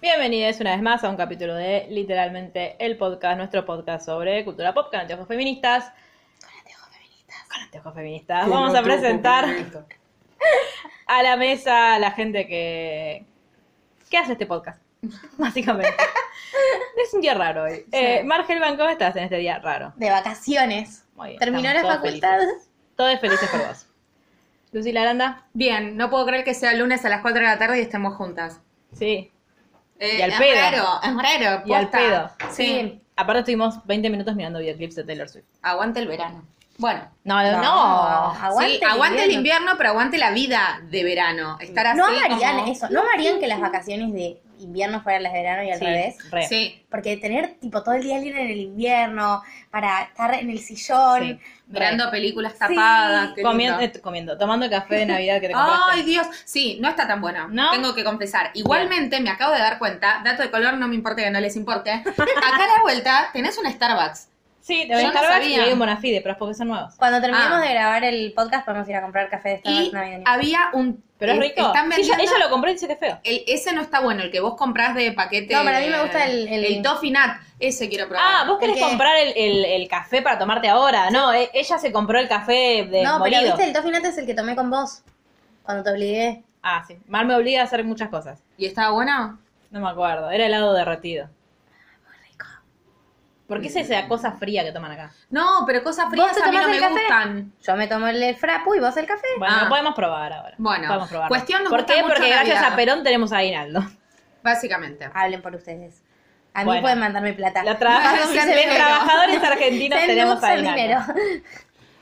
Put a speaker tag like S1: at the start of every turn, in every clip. S1: Bienvenidos una vez más a un capítulo de literalmente el podcast, nuestro podcast sobre cultura pop con anteojos feministas. Con anteojos feministas. Con anteojos feministas. Vamos a presentar a la mesa a la gente que que hace este podcast, básicamente. es un día raro hoy. Eh, Margelban, ¿cómo estás en este día raro?
S2: De vacaciones.
S1: Muy bien,
S2: Terminó la
S1: Eh, estamos todos
S2: facultad.
S1: felices. Todos felices por vos. Lucila Aranda,
S3: Bien, no puedo creer que sea el lunes a las 4 de la tarde y estemos juntas.
S1: sí.
S3: Eh,
S1: Y al
S3: es
S1: pedo.
S3: raro, es raro.
S1: Y al
S3: posta.
S1: pedo.
S3: Sí.
S1: Aparte estuvimos 20 minutos mirando videoclips de Taylor Swift.
S3: aguante el verano. Bueno.
S1: No, no,
S2: aguante
S3: Sí,
S2: el
S3: aguante el
S2: invierno.
S3: invierno, pero aguante la vida de verano. Estar así.
S2: No amarían
S3: como-
S2: eso. No amarían que las vacaciones de invierno fueran las de verano y al
S1: Sí,
S2: revés.
S1: re.
S3: Sí,
S2: Porque tener tipo todo el día libre en el invierno, para estar en el sillón.
S1: Sí.
S3: mirando películas
S2: Sí.
S3: tapadas. qué lindo.
S1: Comiendo, eh, comiendo, tomando el café de Navidad que te
S3: Ay,
S1: compraste.
S3: Dios. Sí, no está tan bueno.
S1: ¿No?
S3: Tengo que confesar. Igualmente, me acabo de dar cuenta, dato de color, no me importa que no les importe. Acá a la vuelta tenés un Starbucks.
S1: Sí, te voy a
S3: Yo no
S1: Starbucks y
S3: sabía.
S1: hay un Bonafide, pero es porque son nuevos.
S2: Cuando terminemos
S3: Ah.
S2: de grabar el podcast podemos ir a comprar café de Starbucks
S3: Y
S2: navideño.
S3: había un.
S1: Pero es
S3: eh,
S1: rico.
S3: Están
S1: Sí, ella,
S3: vendiendo-
S1: ella lo compró y dice que es feo.
S3: El- ese no está bueno, el que vos comprás de paquete.
S2: No, pero a mí me gusta el- el-
S3: El, Toffee Nut, ese quiero probar.
S1: Ah, vos querés
S2: Porque-
S1: comprar el, el- el café para tomarte ahora. No, eh, ella se compró el café de
S2: no, pero
S1: molido.
S2: viste, el toffee nut es el que tomé con vos. Cuando te obligué.
S1: Ah, sí. Mar me obliga a hacer muchas cosas.
S3: ¿Y estaba bueno?
S1: No me acuerdo. Era helado derretido. ¿Por qué es esa cosa fría que toman acá?
S3: No, pero cosas
S2: ¿Vos
S3: frías
S2: te
S3: a mí no
S2: tomás
S3: me
S2: el café?
S3: gustan.
S2: Yo me tomo el frapu y vos el café.
S1: Bueno,
S3: Ah.
S1: lo podemos probar ahora.
S3: Bueno,
S1: podemos probarlo.
S3: cuestión, nos
S1: ¿Por
S3: gusta
S1: qué?
S3: mucho
S1: Porque gracias
S3: Navidad.
S1: a Perón tenemos a Aguinaldo.
S3: Básicamente.
S2: Hablen por ustedes. A mí
S1: Bueno.
S2: pueden mandarme plata.
S1: La trabaja-
S2: Yo soy
S1: los
S2: dinero.
S1: trabajadores argentinos
S2: Send
S1: tenemos
S2: books al
S1: Aguinaldo.
S2: dinero.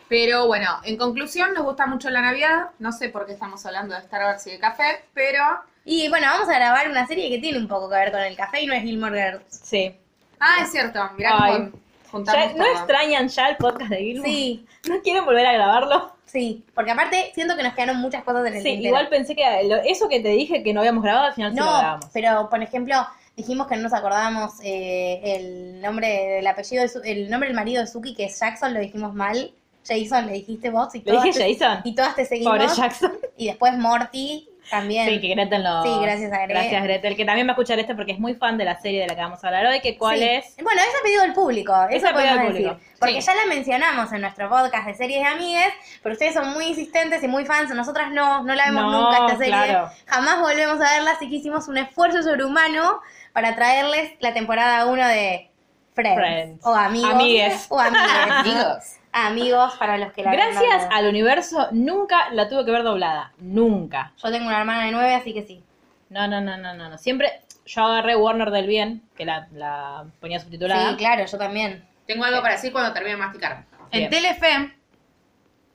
S3: Pero bueno, en conclusión, nos gusta mucho la Navidad. No sé por qué estamos hablando de Starbucks y de café, pero.
S2: Y bueno, vamos a grabar una serie que tiene un poco que ver con el café y no es Gilmore Girls.
S1: Sí.
S3: Ah, es cierto. Mirá
S1: Ay.
S3: cómo juntamos
S1: Ya- ¿No
S3: todo.
S1: extrañan ya el podcast de Gilmour?
S2: Sí,
S1: ¿No quieren volver a grabarlo?
S2: sí. Porque aparte siento que nos quedaron muchas cosas en el
S1: Sí,
S2: tintero.
S1: igual pensé que lo- eso que te dije que no habíamos grabado, al final sí lo
S2: No,
S1: grabamos.
S2: pero por ejemplo, dijimos que no nos acordábamos eh, el nombre del apellido, de Su- el nombre del marido de Suki, que es Jackson, lo dijimos mal. Jason, le dijiste vos y
S1: ¿Le
S2: todas,
S1: dije
S2: te,
S1: Jason?
S2: y todas te seguimos.
S1: Pobre Jackson.
S2: Y después Morty también.
S1: Sí, que Gretel lo...
S2: Sí, gracias a Gretel.
S1: Gracias, Gretel, que también va a escuchar este porque es muy fan de la serie de la que vamos a hablar hoy, que cuál
S2: Sí.
S1: es...
S2: Bueno, es a pedido del público, eso
S1: a pedido
S2: podemos
S1: del
S2: decir.
S1: público,
S2: Porque
S1: sí.
S2: ya la mencionamos en nuestro podcast de series de amigues, pero ustedes son muy insistentes y muy fans, nosotras no, no la vemos
S1: No,
S2: nunca esta serie.
S1: claro.
S2: Jamás volvemos a verla, así que hicimos un esfuerzo sobrehumano para traerles la temporada 1 de Friends,
S1: Friends.
S2: o Amigos
S1: Amigues.
S2: o Amigues.
S3: Amigos.
S2: amigos para los que la
S1: Gracias
S2: a...
S1: al universo, nunca la tuve que ver doblada. Nunca.
S2: Yo tengo una hermana de 9, así que sí.
S1: No, no, no, no, no. no. Siempre yo agarré Warner del Bien, que la, la ponía subtitulada.
S2: Sí, claro, yo también.
S3: Tengo algo para decir cuando termine de masticar.
S1: Bien.
S3: En Telefe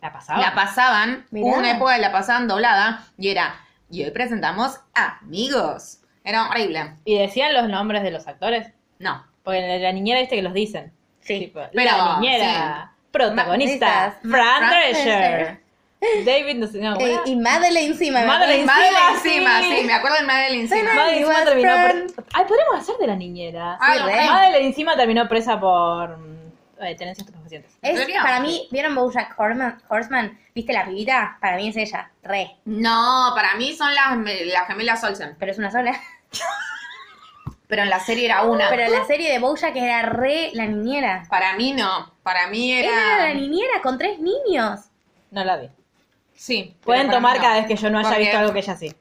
S1: La pasaba.
S3: la pasaban,
S2: Mirá.
S3: hubo una época que la pasaban doblada y era. Y hoy presentamos Amigos. Era horrible.
S1: ¿Y decían los nombres de los actores?
S3: No.
S1: Porque la, la niñera viste que los dicen.
S2: Sí.
S1: Tipo,
S3: Pero,
S1: la niñera, protagonista,
S2: Protagonistas.
S1: Fran
S3: Fran
S1: Drescher, David, no sé, no,
S2: Eh,
S1: ¿cómo era?
S2: y Madeleine encima. me
S1: Madeleine.
S2: acuerdo.
S3: Madre
S1: Sí.
S3: encima, sí. me acuerdo de Madre encima.
S2: Suena-
S1: Madeleine encima
S2: was
S1: terminó
S2: Fran.
S1: pre- Ay, podríamos hacer de la niñera.
S3: Ah,
S2: Sí,
S3: no,
S2: re.
S3: re.
S1: Madeleine encima terminó presa por mm, eh, tenencia de estupefacientes.
S2: Es,
S3: ¿En serio?
S2: para mí, ¿vieron Bojack Horseman, Horseman? ¿Viste la pibita? Para mí es ella, re,
S3: No, para mí son las, las gemelas Olsen.
S2: pero es una sola.
S3: Pero en la serie era una.
S2: Pero la serie de Bojack era re la niñera.
S3: Para mí no. Para mí
S2: Era,
S3: era.
S2: la niñera con tres niños.
S1: No la vi.
S3: sí. pero
S1: Pueden
S3: para
S1: tomar
S3: mí no.
S1: cada vez que yo no haya
S3: Porque,
S1: visto algo que ella sí.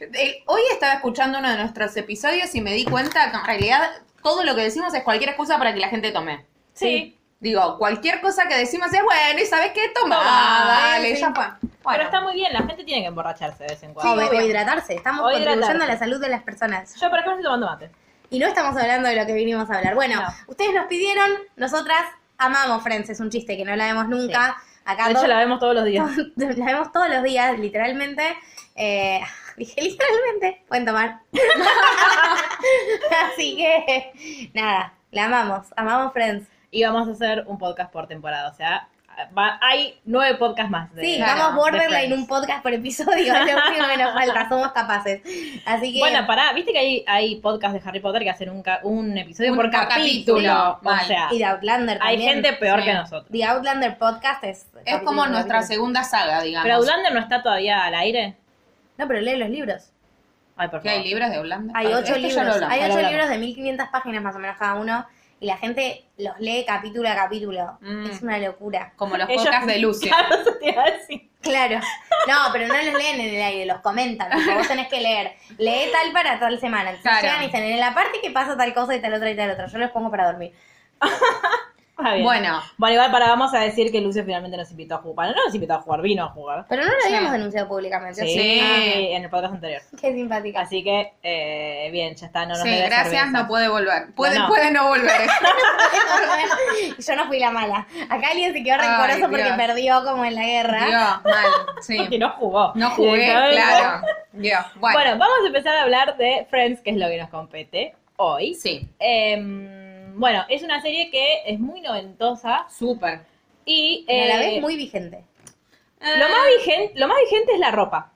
S3: eh, hoy estaba escuchando uno de nuestros episodios y me di cuenta que en realidad todo lo que decimos es cualquier excusa para que la gente tome.
S1: Sí.
S3: Digo, cualquier cosa que decimos es bueno, ¿y sabes qué? Toma,
S1: Toma,
S3: dale,
S2: sí.
S3: ya fue. Bueno,
S1: Ah, Pero está muy bien, la gente tiene que emborracharse de vez en
S2: Sí,
S1: cuando.
S2: o, o hidratarse. Estamos
S1: O
S2: contribuyendo
S1: hidratarse.
S2: a la salud de las personas.
S1: Yo por ejemplo estoy tomando mate.
S2: Y no estamos hablando de lo que vinimos a hablar. Bueno,
S1: No.
S2: ustedes nos pidieron, nosotras amamos Friends, es un chiste que no la vemos nunca. Acá
S1: De
S2: dos-
S1: hecho la vemos todos los días.
S2: la vemos todos los días, literalmente. Eh, dije literalmente, pueden tomar. Así que, nada, la amamos, amamos Friends.
S1: Y vamos a hacer un podcast por temporada, o sea, va- hay nueve podcasts más. de-
S2: Sí,
S1: de
S2: vamos borderline
S1: Friends.
S2: un podcast por episodio, es lo único que nos falta, somos capaces. Así que,
S1: Bueno, pará, viste que hay, hay podcasts de Harry Potter que hacen un, ca- un episodio
S3: Un
S1: por
S3: por
S1: capítulo.
S3: capítulo,
S1: O
S3: mal.
S1: sea,
S2: y The Outlander
S1: hay
S2: también.
S1: gente peor
S3: Sí.
S1: que nosotros.
S2: The Outlander podcast es...
S3: es como nuestra
S2: segunda.
S3: segunda saga, digamos.
S1: Pero Outlander no está todavía al aire.
S2: No, pero lee los libros.
S1: Ay, por
S3: ¿Qué
S1: favor.
S3: hay libros de Holanda?
S2: Hay
S3: Ah,
S2: ocho
S3: esto ya lo
S2: libros.
S3: hablamos,
S2: Hay
S3: ya lo
S2: ocho
S3: hablamos.
S2: libros de 1500 páginas más o menos cada uno. Y la gente los lee capítulo a capítulo.
S3: Mm.
S2: Es una locura.
S3: Como los
S1: Ellos-
S3: podcasts de Lucio.
S1: Claro, eso te iba a decir.
S2: Claro. No, pero no los leen en el aire, los comentan. Tipo, vos tenés que leer. Lee tal para tal semana. Entonces
S3: Claro.
S2: llegan y dicen, en la parte que pasa tal cosa y tal otra y tal otra. Yo los pongo para dormir.
S1: Está bien.
S3: Bueno,
S1: Bueno, igual para vamos a decir que Lucio finalmente nos invitó a jugar. No nos invitó a jugar, vino a jugar.
S2: Pero no lo
S3: Sí.
S2: habíamos denunciado públicamente.
S1: Sí, Ah,
S2: así que-
S1: en el podcast anterior.
S2: Qué simpática.
S1: Así que, eh, bien, ya está, no nos
S3: sí,
S1: debe
S3: gracias,
S1: cerveza.
S3: no puede volver. Puede,
S1: Bueno.
S3: puede no volver.
S2: Yo no fui la mala. Acá alguien se quedó
S3: Ay,
S2: rencoroso porque
S3: Dios.
S2: perdió como en la guerra.
S3: Dios, mal,
S1: Porque
S3: sí.
S1: no jugó.
S3: No jugué,
S1: Directamente.
S3: claro. Dios, bueno.
S1: Bueno. vamos a empezar a hablar de Friends, que es lo que nos compete hoy.
S3: Sí,
S1: Em, bueno, es una serie que es muy noventosa
S3: súper.
S1: y
S2: Pero a la
S1: eh,
S2: vez muy vigente.
S1: lo, más vigente, lo más vigente es la ropa.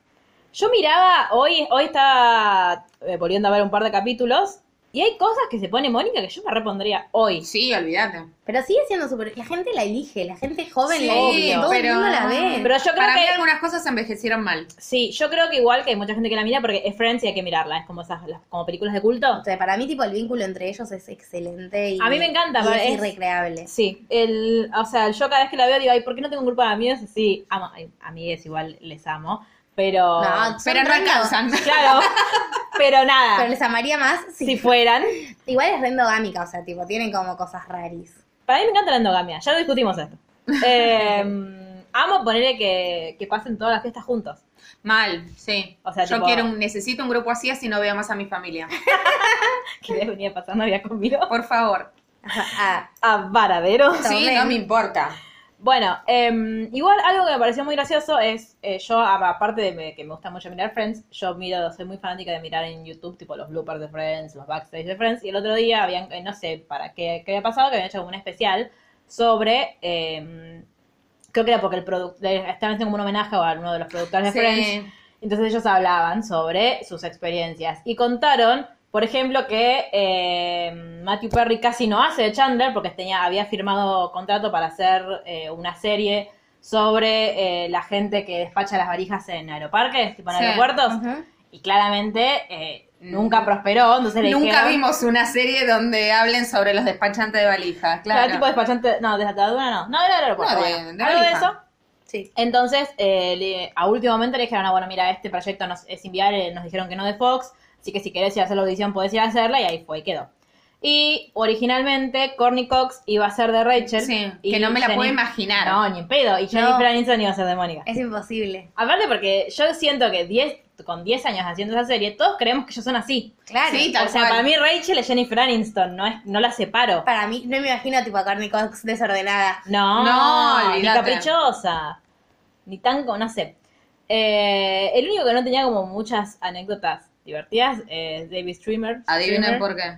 S1: Yo miraba, hoy, hoy estaba eh, volviendo a ver un par de capítulos y hay cosas que se pone Mónica que yo me repondría hoy.
S3: Sí, olvídate.
S2: Pero sigue siendo súper. La gente la elige, la gente joven la
S3: Sí,
S2: elige, todo
S3: pero-
S2: el mundo la ve.
S1: Pero yo creo
S3: Para mí
S1: que...
S3: algunas cosas envejecieron mal.
S1: Sí, yo creo que igual que hay mucha gente que la mira porque es Friends y hay que mirarla, es como esas las- como películas de culto.
S2: O sea, para mí, tipo, el vínculo entre ellos es excelente. Y,
S1: A mí me encanta,
S2: y
S1: pero
S2: es,
S1: es-
S2: irrecreable.
S1: Sí, el, o sea, yo cada vez que la veo digo, ay, ¿por qué no tengo un grupo de amigos? Sí, amo, ay, amigues igual les amo, Oh, pero
S2: No, son
S3: Pero no
S2: rando,
S3: alcanzan.
S1: claro, pero nada,
S2: Pero les amaría más si,
S1: si fueran.
S2: Igual es re endogámica, o sea, tipo, tienen como cosas raris.
S1: Para mí me encanta la endogamia, ya lo discutimos esto. Eh, amo ponerle que, que pasen todas las fiestas juntos.
S3: Mal, sí.
S1: O sea,
S3: Yo
S1: tipo-
S3: quiero un, necesito un grupo así, así no veo más a mi familia.
S1: ¿Querés venir a pasar Navidad conmigo?
S3: Por favor.
S2: Ah,
S1: A Varadero.
S3: Sí,
S2: Tomen.
S3: no me importa.
S1: Bueno, em, igual algo que me pareció muy gracioso es, eh, yo a- aparte de me- que me gusta mucho mirar Friends, yo miro, soy muy fanática de mirar en YouTube tipo los bloopers de Friends, los backstage de Friends, y el otro día habían, eh, no sé para qué, qué había pasado, que habían hecho como un especial sobre, em, creo que era porque el productor, estaban haciendo como un homenaje a uno de los productores de Friends,
S3: Sí.
S1: entonces ellos hablaban sobre sus experiencias y contaron, por ejemplo, que eh, Matthew Perry casi no hace de Chandler porque tenía, había firmado contrato para hacer eh, una serie sobre eh, la gente que despacha las varijas en aeroparques, tipo en
S3: Sí,
S1: aeropuertos,
S2: ujú.
S1: y claramente eh, nunca prosperó, entonces le
S3: Nunca
S1: dijeron-
S3: vimos una serie donde hablen sobre los despachantes de valija,
S1: Claro,
S3: claro.
S1: tipo despachante, no, desde la aduana no, no, era el aeropuerto,
S3: No, de-
S1: bueno,
S3: de
S1: algo de
S3: valija.
S1: eso.
S2: Sí.
S1: Entonces, eh, le- a último momento le dijeron, ah, bueno, mira, este proyecto nos, es inviable, nos dijeron que no de Fox, así que si querés ir a hacer la audición podés ir a hacerla, y ahí fue, y quedó. Y originalmente Corny Cox iba a ser de Rachel.
S3: Sí,
S1: y
S3: que no me la
S1: Jenny-
S3: puedo imaginar. Eh.
S1: No, ni en pedo. Y Jennifer
S2: No.
S1: Aniston iba a ser de Mónica.
S2: Es imposible.
S1: Aparte porque yo siento que 10 con 10 años haciendo esa serie, todos creemos que ellos son así.
S2: Claro.
S3: Sí, tal
S1: O sea,
S3: cual.
S1: para mí Rachel es Jennifer Aniston, no, es, no la separo.
S2: Para mí, no me imagino, tipo, a Carney Cox desordenada.
S1: No,
S3: No,
S1: ni
S3: olvídate.
S1: caprichosa, ni tan, co- no sé. Eh, el único que no tenía como muchas anécdotas divertidas es David Streamer.
S3: Adivinen
S1: Streamer.
S3: por qué.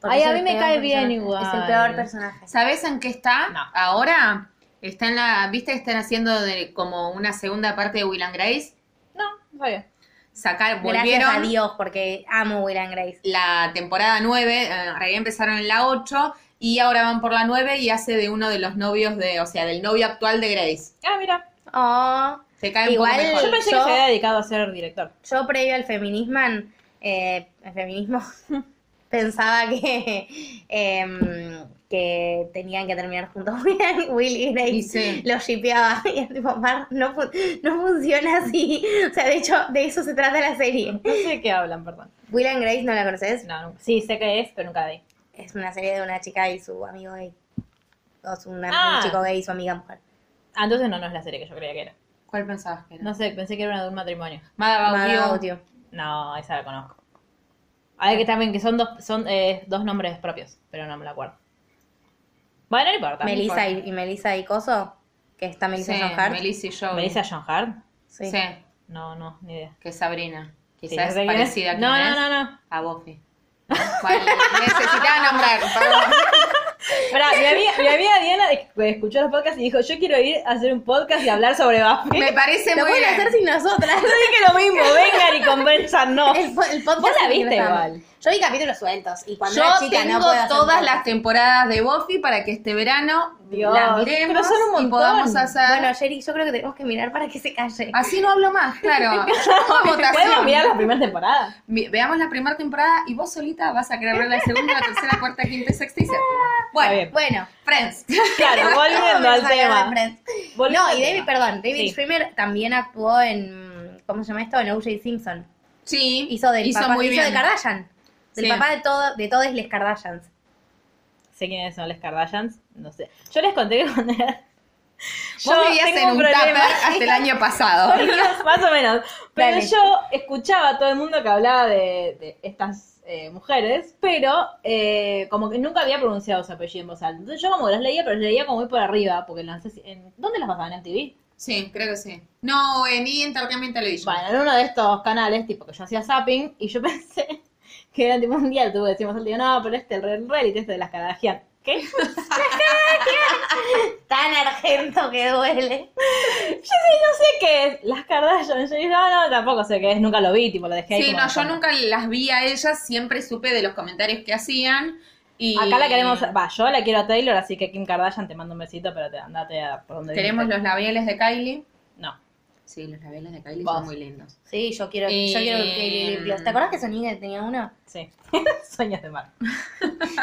S2: Porque
S1: Ay,
S2: es
S1: a
S2: el
S1: mí me
S2: peor
S1: cae bien
S2: personaje.
S1: igual.
S2: Es el peor personaje.
S3: ¿Sabes en qué está
S1: No.
S3: ahora? Está en la, ¿viste que están haciendo de, como una segunda parte de Will and Grace?
S1: No, no sabía.
S3: Sacar,
S2: Gracias a
S3: volvieron
S2: Dios, porque amo Will and Grace.
S3: la temporada 9, eh, en realidad empezaron en la 8 y ahora van por la 9 y hace de uno de los novios de, o sea, del novio actual de Grace.
S1: Ah, mira.
S2: Oh.
S3: Se cae un
S2: Igual-
S3: poco
S1: Yo
S3: mejor.
S1: pensé
S2: Yo-
S1: que se había dedicado a ser director.
S2: Yo previo al feminismo, eh, al feminismo pensaba que, em, que tenían que terminar juntos Will y Grace.
S3: Y sí.
S2: Lo shipeaba y es tipo, Mar, no, fu- no funciona así. O sea, de hecho, de eso se trata la serie.
S1: No sé de qué hablan, perdón.
S2: Will and Grace, ¿no la conoces?
S1: No, nunca. Sí, sé que es, pero nunca la vi.
S2: Es una serie de una chica y su amigo gay. o su- una-
S1: Ah.
S2: un chico gay y su amiga mujer.
S1: Ah, entonces no, no es la serie que yo creía que era.
S3: ¿Cuál pensabas que era?
S1: No sé, pensé que era una de un matrimonio.
S3: Mada
S2: Mad
S3: About
S2: About
S3: You.
S2: You.
S1: No, esa la conozco. Hay que también que son dos, son eh, dos nombres propios, pero no me la acuerdo. Bueno, no importa.
S2: Melissa y, y Melissa y Coso, que está Melissa
S3: Sí,
S2: John Hart.
S3: Melissa y Joey.
S1: Melissa John Hart.
S2: Sí.
S3: Sí,
S1: No, no, ni idea.
S3: que es Sabrina.
S1: Sí, no
S3: Quizás
S1: sé quién es.
S3: parecida a quién
S1: No,
S3: es,
S1: no, no, no.
S3: A Buffy. Bueno, necesitaba nombrar. perdón.
S1: Pará, mi amiga, mi amiga Diana escuchó los podcasts y dijo, yo quiero ir a hacer un podcast y hablar sobre Buffy.
S3: Me parece
S2: Lo
S3: muy
S2: pueden
S3: bien.
S2: hacer sin nosotras.
S1: Yo dije lo mismo, vengan y convénzanos.
S2: El, po- el podcast
S1: Vos la
S2: en el
S1: viste
S2: que estamos.
S1: igual.
S2: Yo vi capítulos sueltos y cuando
S3: Yo
S2: era chica
S3: tengo
S2: no puedo hacer
S3: todas
S2: podcast.
S3: las temporadas de Buffy para que este verano
S1: Dios,
S3: las miremos
S1: pero son un
S3: y
S1: montón.
S3: podamos hacer.
S2: Bueno, Jerry, yo creo que tenemos que mirar para que se calle.
S3: así no hablo más, claro. Yo
S1: ¿Podemos
S3: pongo votación.
S1: mirar la primera temporada?
S3: Mi- Veamos la primera temporada y vos solita vas a querer ver la segunda, la tercera, cuarta, quinta, sexta y séptima.
S1: Está
S3: Bueno,
S1: bien.
S2: Bueno,
S3: Friends.
S1: Claro, volviendo al
S2: vamos a hablar de
S1: tema.
S2: Friends.
S1: Volviendo
S2: No,
S1: al
S2: y David,
S1: tema.
S2: perdón, David
S1: Sí.
S2: Schwimmer también actuó en, ¿cómo se llama esto? En O.J. Simpson.
S3: Sí,
S2: Hizo del papá,
S3: muy
S2: hizo
S3: bien.
S2: de Kardashian. Del
S3: Sí.
S2: papá de, todo, de todos les Kardashians.
S1: sé quiénes son las Kardashians, no sé. Yo les conté que cuando era...
S3: Vos vivías en un tupper hasta el año pasado.
S1: más o menos. Pero
S2: Dale.
S1: yo escuchaba a todo el mundo que hablaba de, de estas eh, mujeres, pero eh, como que nunca había pronunciado su apellido en voz alta. Entonces yo como que las leía, pero las leía como muy por arriba, porque no sé si- en- ¿Dónde las pasaban en TV?
S3: Sí, creo que sí. No, eh, ni en Entertainment Television.
S1: Bueno, en uno de estos canales, tipo que yo hacía zapping, y yo pensé que era tipo un día, tuve que decir más alto, digo, no, pero este, el re- reality este de las Kardashian. ¿Qué?
S2: Tan argento que duele.
S1: no sé qué es. Las Kardashian. Yo dije, no, no, tampoco sé qué es. Nunca lo vi, tipo, lo dejé ahí.
S3: Sí,
S1: como
S3: no,
S1: de
S3: yo
S1: fondo.
S3: nunca las vi a ellas, siempre supe de los comentarios que hacían. Y
S1: Acá la queremos. Va, yo la quiero a Taylor, así que Kim Kardashian te mando un besito, pero te andate a por donde
S3: Queremos
S1: viniste.
S3: los labiales de Kylie.
S1: No.
S3: Sí, los labiales de Kylie
S1: Vos.
S3: son muy lindos.
S2: Sí, yo quiero, yo
S3: Eh,
S2: quiero que Lily Glos- ¿Te acuerdas que Sonia tenía uno?
S1: Sí. Sueños de mar.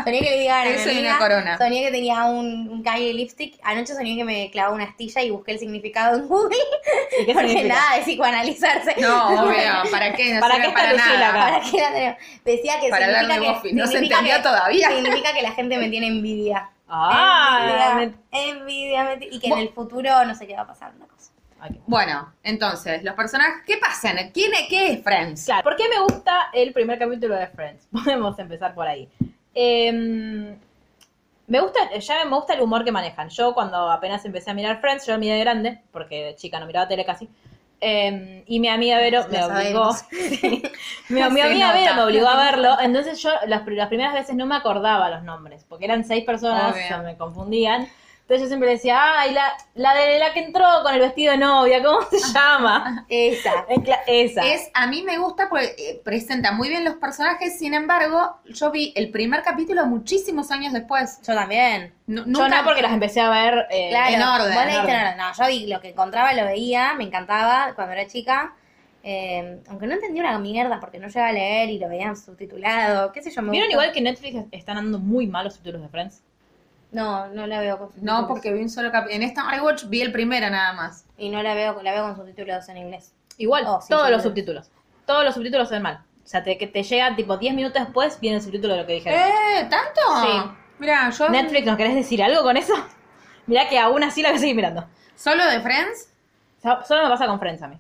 S2: Soñé que le diga a la
S3: Eso y
S2: amiga,
S3: una corona.
S2: Soñé que tenía un, un Kylie lipstick. Anoche soñé que me clavaba una astilla y busqué el significado en Google.
S1: ¿Y qué
S2: porque
S1: significa?
S2: nada de psicoanalizarse.
S3: No, obvio, ¿para qué? No
S1: ¿Para
S3: sirve
S1: qué está Lucila acá?
S2: ¿Para qué la tenemos? Decía que
S3: Para hablar
S2: significa
S3: de
S2: que,
S3: Buffy, no se
S2: significa
S3: entendió
S2: que-
S3: todavía.
S2: Significa que la gente me tiene envidia.
S1: Ah,
S2: envidia, envidia, me ti- y que en
S3: Bu-
S2: el futuro no sé qué va a pasar una
S1: me-
S2: cosa.
S1: Ay, qué-
S3: Bueno, entonces, los personajes, ¿qué pasan? ¿Quién es, ¿Qué es Friends?
S1: Claro, ¿por qué me gusta el primer capítulo de Friends? Podemos empezar por ahí. Em, me gusta, ya me gusta el humor que manejan. Yo cuando apenas empecé a mirar Friends, yo miré de grande, porque de chica no miraba tele casi. Em, y mi amiga Vero me
S2: Lo
S1: obligó.
S2: sabemos.
S1: Sí. mi, mi
S3: Se
S1: amiga Vero
S3: nota.
S1: me obligó a verlo. Entonces yo las, pri- las primeras veces no me acordaba los nombres, porque eran seis personas,
S3: Obvio.
S1: o sea, me confundían. Entonces yo siempre decía, ay, la, la de la que entró con el vestido de novia, ¿cómo se llama?
S2: Esa.
S1: Es cla- Esa.
S3: Es, a mí me gusta porque eh, presenta muy bien los personajes, sin embargo, yo vi el primer capítulo muchísimos años después.
S2: Yo también.
S3: Nu-
S1: Yo
S3: nunca
S1: no, porque las empecé a ver. eh,
S2: Claro,
S3: en orden,
S2: vos
S3: en
S2: leíste en
S3: orden.
S2: orden. No, yo vi lo que encontraba, lo veía, me encantaba cuando era chica. Eh, aunque no entendía una mierda porque no llegaba a leer y lo veían subtitulado, qué sé yo. Me
S1: ¿Vieron
S2: gustó.
S1: igual que Netflix están dando muy malos títulos de Friends?
S2: No, no la veo con subtítulos.
S3: No, porque vi un solo capítulo. En esta Watch vi el primero nada más.
S2: Y no la veo, la veo con subtítulos en inglés.
S1: Igual,
S2: Oh, sí,
S1: todos
S2: sí,
S1: los
S2: sí.
S1: subtítulos. Todos los subtítulos son mal. O sea, te, que te llega tipo 10 minutos después, viene el subtítulo de lo que dijeron.
S3: ¿Eh? ¿Tanto?
S1: Sí.
S3: Mira, yo
S1: Netflix, ¿nos querés decir algo con eso? Mirá que aún así la voy a seguir mirando.
S3: solo de Friends
S1: So- Solo me pasa con Friends a mí.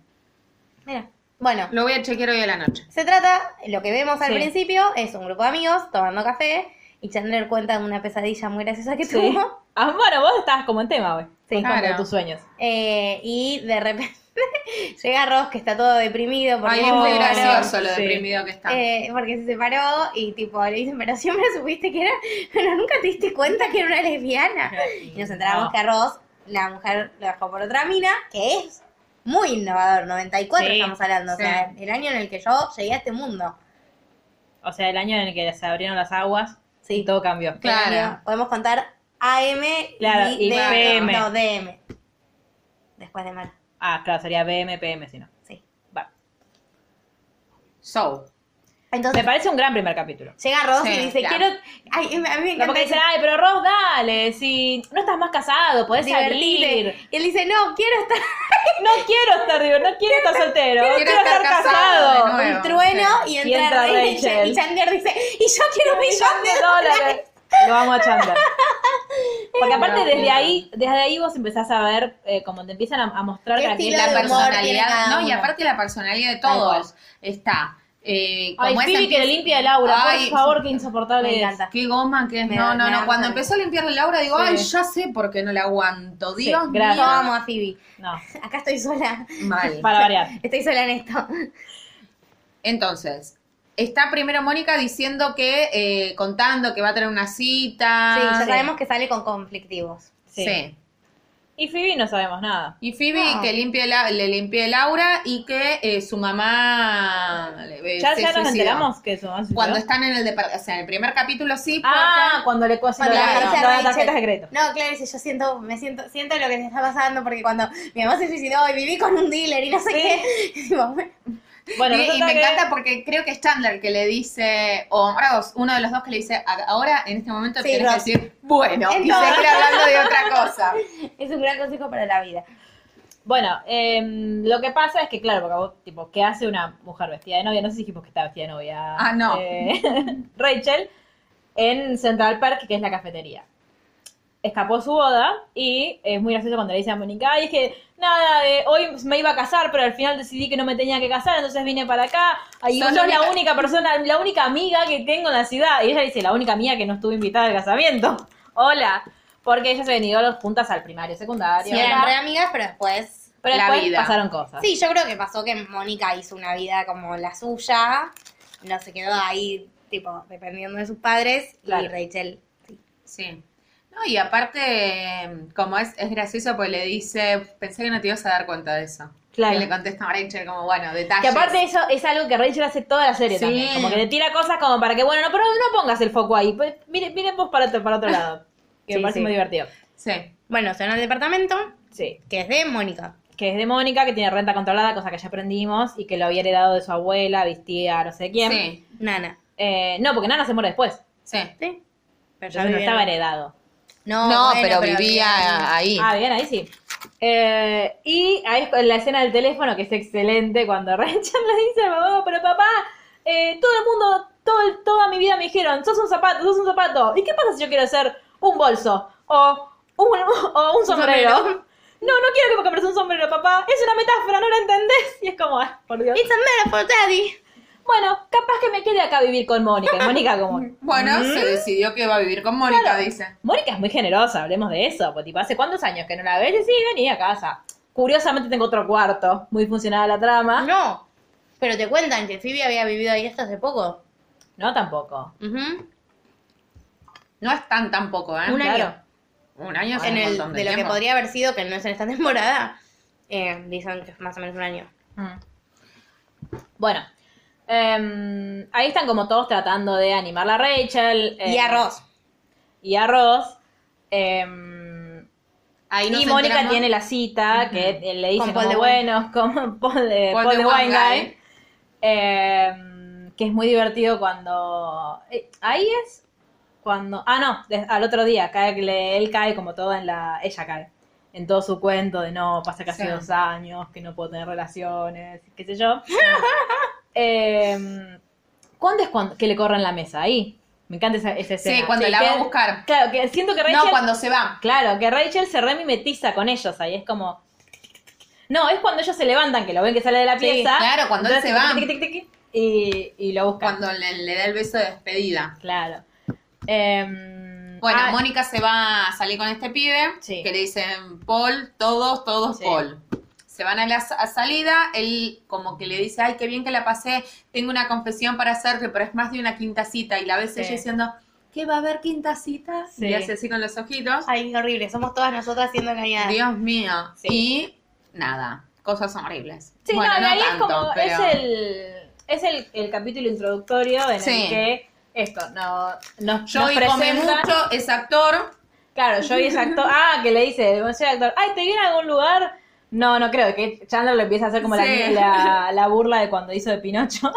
S2: Mira. Bueno,
S3: lo voy a chequear hoy a la noche.
S2: Se trata, lo que vemos al
S1: Sí.
S2: principio es un grupo de amigos tomando café y Chandler cuenta de una pesadilla muy graciosa que
S1: Sí.
S2: tuvo.
S1: Ah, bueno, vos estabas como en tema, güey. Sí,
S3: claro.
S1: tus sueños.
S2: Eh, y de repente llega Ross que está todo deprimido porque,
S3: Ay, es
S2: se,
S3: muy
S1: no,
S3: gracioso lo
S1: sí.
S3: deprimido que está.
S2: eh, porque se separó y tipo le dicen, pero siempre supiste que era, pero nunca te diste cuenta que era una lesbiana. Y nos enteramos
S1: No.
S2: que a Ross la mujer lo dejó por otra mina, Ah. que es muy innovador, 94
S1: Sí,
S2: estamos hablando,
S3: sí.
S2: o sea, el año en el que yo llegué a este mundo.
S1: O sea, el año en el que se abrieron las aguas y todo cambió.
S3: Claro.
S2: Claro. Podemos contar AM
S1: Claro,
S2: y,
S1: y
S2: DM.
S1: PM.
S2: No, DM. Después de mal.
S1: Ah, claro, sería BMPM, si no.
S2: Sí.
S1: Va.
S3: So.
S1: Me
S2: Entonces
S1: parece un gran primer capítulo.
S2: llega Ross
S3: Sí,
S2: y dice,
S3: claro.
S2: quiero... Ay, a mí me
S1: No,
S2: encanta.
S1: porque dicen,
S2: ese-
S1: ay, pero Ross, dale, si no estás más casado, podés
S2: divertirte".
S1: salir.
S2: Y él dice, no, quiero estar
S1: No quiero estar divertido, no quiero estar soltero, quiero, estar,
S3: de
S1: casado.
S3: nuevo.
S2: un trueno
S3: sí.
S2: y entra,
S1: entra
S2: Rachel.
S1: Rachel.
S2: Y Chandler dice, y yo quiero un millón de dólares.
S1: Lo vamos a chantar. Porque aparte desde ahí, desde ahí vos empezás a ver, eh, como te empiezan a, a mostrar
S2: ¿Qué
S1: a quién
S2: estilo
S3: la
S2: de humor tiene
S3: personalidad,
S2: cada
S3: no, y
S2: uno.
S3: aparte la personalidad de
S2: Tal
S3: todos está. Eh,
S1: Ay,
S3: como es
S1: Phoebe que le limpia el aura,
S3: Ay,
S1: por favor, qué insoportable
S2: Me
S1: es.
S2: encanta.
S3: Qué goma que es.
S2: Me
S3: no,
S2: da-
S3: no,
S2: me da
S3: no. Cuando
S2: mucha
S3: empezó a limpiarle la aura, digo,
S2: Sí.
S3: ay, ya sé por qué no la aguanto. Dios
S1: Sí,
S2: Yo
S1: gracias.
S2: amo a Phoebe.
S1: No,
S2: Acá estoy sola.
S3: mío. Mal.
S1: para variar.
S2: Estoy sola en esto.
S3: Entonces, está primero Mónica diciendo que, eh, contando que va a tener una cita.
S2: Ah, sí, ya sabemos que sale con conflictivos.
S1: Sí.
S3: Sí.
S1: Y Phoebe no sabemos nada.
S3: Y Phoebe
S1: Ah.
S2: No.
S3: que limpie la- le limpie el aura y que eh, su mamá. eh,
S1: Ya,
S3: se
S1: ya nos
S3: suicidó.
S1: enteramos que eso.
S3: Cuando están en el depart- o sea, en el primer capítulo sí, porque
S1: Ah, cuando le cosen
S2: Cuando
S1: la,
S3: le
S2: dice a
S1: la
S2: Rachel.
S1: tarjeta secreto.
S2: No, claro, si yo siento, me siento, siento lo que te está pasando, porque cuando mi mamá se suicidó y viví con un dealer y no sé
S1: Sí.
S2: qué, y digo, bueno,
S1: Bueno,
S3: Y- y,
S1: resulta
S3: me
S1: que-
S3: encanta porque creo que es Chandler que le dice, o ahora vos, uno de los dos que le dice, "A- ahora en este momento
S2: Sí,
S3: tienes
S2: Ross.
S3: que decir, bueno, y
S2: Entonces-
S3: seguir hablando de otra cosa.
S2: es un gran consejo para la vida.
S1: Bueno, em, lo que pasa es que, claro, porque vos, tipo, ¿qué hace una mujer vestida de novia? No sé si dijimos que está vestida de novia.
S3: Ah, no.
S1: eh, Rachel, en Central Park, que es la cafetería. Escapó su boda y es muy gracioso cuando le dice a Mónica, ay, es que, nada, eh, hoy me iba a casar, pero al final decidí que no me tenía que casar, entonces vine para acá. Y
S3: Sos
S1: vos
S3: la
S1: sos la
S3: única-
S1: única persona, la única amiga que tengo en la ciudad. Y ella dice, la única amiga que no estuvo invitada al casamiento. Hola. Porque ellas se venido juntas al primario, secundario.
S2: Sí, eran re amigas, pero después...
S1: Pero
S3: La
S1: después
S3: vida.
S1: pasaron cosas.
S2: Sí, yo creo que pasó que Mónica hizo una vida como la suya, no se quedó ahí, tipo, dependiendo de sus padres, y
S1: Claro.
S2: Rachel...
S3: Sí. No, y aparte, eh, como es, es gracioso, pues le dice, pensé que no te ibas a dar cuenta de eso.
S1: Claro.
S3: Y le contesta a Rachel como, bueno, detalles.
S1: Que aparte eso es algo que Rachel hace toda la serie
S3: Sí.
S1: también. Como que le tira cosas como para que, bueno, no, pero no pongas el foco ahí. Pues, miren, miren vos para otro, para otro lado. Que
S2: Sí,
S1: me parece
S2: sí.
S1: muy divertido.
S3: Sí.
S2: Bueno, se van al departamento,
S1: Sí.
S2: que es de Mónica.
S1: Que es de Mónica, que tiene renta controlada, cosa que ya aprendimos, y que lo había heredado de su abuela, vistía, no sé quién.
S3: Sí.
S2: Nana.
S1: Eh, no, porque Nana se muere después.
S3: Sí.
S2: ¿Sí? Pero
S1: Entonces no
S2: vivían-
S1: estaba heredado.
S2: No,
S3: no,
S2: bueno,
S3: pero vivía
S2: vivían-
S3: ahí.
S1: Ah, bien, ahí sí. Eh, y ahí es la escena del teléfono que es excelente cuando Rachel le dice a papá, pero papá, eh, todo el mundo, todo, el- toda mi vida me dijeron, sos un zapato, sos un zapato. ¿Y qué pasa si yo quiero ser un bolso o un, o un sombrero?
S2: sombrero.
S1: No, no quiero que me compres un sombrero, papá. Es una metáfora, no la entendés. Y es como, ah, por Dios.
S2: It's a metaphor, daddy.
S1: Bueno, capaz que me quede acá a vivir con Mónica. Y Mónica como...
S3: Bueno,
S1: "Mm".
S3: se decidió que va a vivir con Mónica, dice.
S1: Mónica es muy generosa, hablemos de eso. Pues, tipo, ¿hace cuántos años que no la ves? Y sí, vení a casa. Curiosamente tengo otro cuarto, muy funcionada la trama. No,
S2: No, Ah. pero te cuentan que Phoebe había vivido ahí hasta hace poco.
S1: tampoco.
S2: Ujú.
S3: No es tan tampoco, ¿eh?
S2: Un año.
S1: claro.
S3: Un año es
S2: En
S3: un
S2: el,
S3: montón de,
S2: de lo que
S3: tiempo.
S2: podría haber sido, que no es en esta temporada, eh, dicen que es más o menos un año.
S1: Mm. Bueno, em, ahí están como todos tratando de animar a Rachel.
S2: Y
S1: em,
S2: arroz.
S1: Y a Ross. em,
S3: Ahí nos
S1: y Mónica
S3: enteramos-
S1: tiene la cita que eh, le dice
S2: Con Paul
S1: como,
S2: de
S1: bueno, como Paul de,
S3: Paul
S1: Paul
S3: de
S1: de Wine
S3: Wine
S1: Guy,
S3: Guy.
S1: eh, que es muy divertido cuando... eh, ahí es cuando... Ah, no, des- al otro día, cae, que le- él cae como todo en la... Ella cae en todo su cuento de no, pasa casi
S3: Sí.
S1: dos años, que no puedo tener relaciones, qué sé yo. Em, ¿Cuándo es cuando, que le corren la mesa? Ahí. Me encanta esa, esa escena.
S3: Sí, cuando la
S1: que-
S3: va a buscar.
S1: Claro, que siento que Rachel...
S3: No, cuando se va.
S1: Claro, que Rachel se remimetiza con ellos ahí, es como... No, es cuando ellos se levantan, que lo ven que sale de la
S3: Sí,
S1: pieza.
S3: claro, cuando él
S1: Entonces,
S3: se va.
S1: tic, tic, tic, tic, y, y lo buscan.
S3: Cuando le, le da el beso de despedida.
S1: Claro. Em,
S3: Bueno,
S1: ah,
S3: Mónica se va a salir con este pibe,
S1: Sí.
S3: que le dicen Paul, todos, todos
S1: Sí.
S3: Paul. Se van a la sa- a salida, él como que le dice, ay, qué bien que la pasé, tengo una confesión para hacerte, pero es más de una quinta cita. Y la ves
S1: Sí.
S3: ella diciendo, ¿qué va a haber quinta cita?
S1: Sí.
S3: Y hace así con los ojitos.
S2: Ay, horrible, somos todas nosotras siendo engañadas.
S3: Dios mío.
S1: Sí.
S3: Y nada, cosas horribles.
S1: Sí,
S3: bueno,
S1: no,
S3: no,
S1: y ahí
S3: tanto,
S1: es como...
S3: pero...
S1: Es, el, es el, el capítulo introductorio en
S3: Sí.
S1: el que esto, no, nos, nos
S3: Joey come
S1: presentan-
S3: mucho, es actor.
S1: Claro, Joey es actor. Ah, que le dice, soy actor, ay, ¿te vi en algún lugar? No, no creo, que Chandler le empieza a hacer como la-
S3: Sí.
S1: la, la burla de cuando hizo de Pinocho.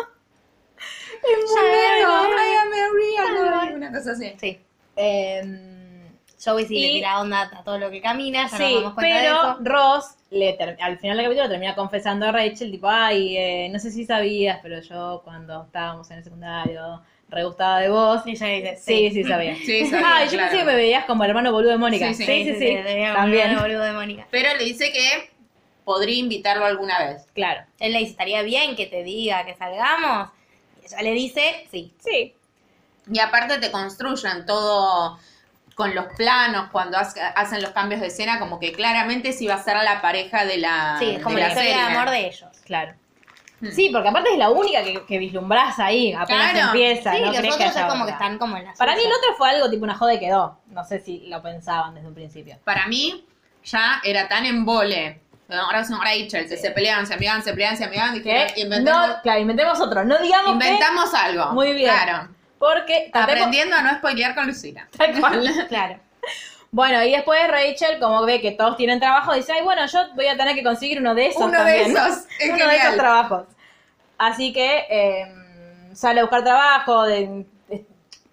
S3: Ay, I am a real girl. Una cosa así.
S2: Sí.
S1: Eh,
S2: Joey sí le
S1: Y-
S2: tira onda a todo lo que camina, ya nos
S1: Sí,
S2: damos cuenta de
S1: pero
S2: eso.
S1: Ross le ter- al final del capítulo termina confesando a Rachel, tipo, ay, eh, no sé si sabías, pero yo cuando estábamos en el secundario, re gustaba de vos.
S2: Y ella dice,
S1: Sí, sí, sabía.
S3: Sí, sabía,
S1: Ay, yo
S3: claro.
S1: pensé que me veías como el hermano boludo de Mónica.
S3: Sí,
S1: Sí,
S3: sí,
S1: sí,
S2: Sí,
S1: sí.
S2: sí, sí, deberíamos
S1: También.
S2: hablar, boludo de Mónica.
S3: Pero le dice que podría invitarlo alguna vez.
S1: Claro.
S2: Él le dice, estaría bien que te diga que salgamos. Y ella le dice, sí.
S1: Sí.
S3: Y aparte te construyan todo con los planos, cuando hace- hacen los cambios de escena, como que claramente sí va a ser la pareja de la,
S2: Sí, es como
S3: Ah, de
S2: la historia de
S3: serie.
S2: amor de ellos.
S1: Claro.
S3: Hmm.
S1: Sí, porque aparte es la única que, que vislumbras ahí, apenas
S3: Claro.
S1: empieza.
S2: Sí,
S1: no
S2: los
S1: crees
S2: otros
S1: que
S2: es
S1: haya
S2: como que
S1: otra.
S2: están como en la
S1: Para mí el
S2: suya.
S1: otro fue algo tipo una joda y quedó. No sé si lo pensaban desde un principio.
S3: Para mí ya era tan embole. Ahora son Rachel, que se pelearon, se amigaban, se peleaban, se amigaban.
S1: ¿Qué?
S3: dijeron,
S1: No,
S3: Inventemos,
S1: claro, inventemos otro. No digamos que-
S3: inventamos algo.
S1: Muy bien.
S3: Claro.
S1: Porque tampoco-
S3: Aprendiendo a no spoilear con Lucila.
S1: Tal cual.
S2: Claro.
S1: Bueno, y después Rachel, como ve que todos tienen trabajo, dice, ay, bueno, yo voy a tener que conseguir uno de esos
S3: Uno
S1: también.
S3: de esos. Es
S1: uno de
S3: genial.
S1: esos trabajos. Así que eh, sale a buscar trabajo, de- de-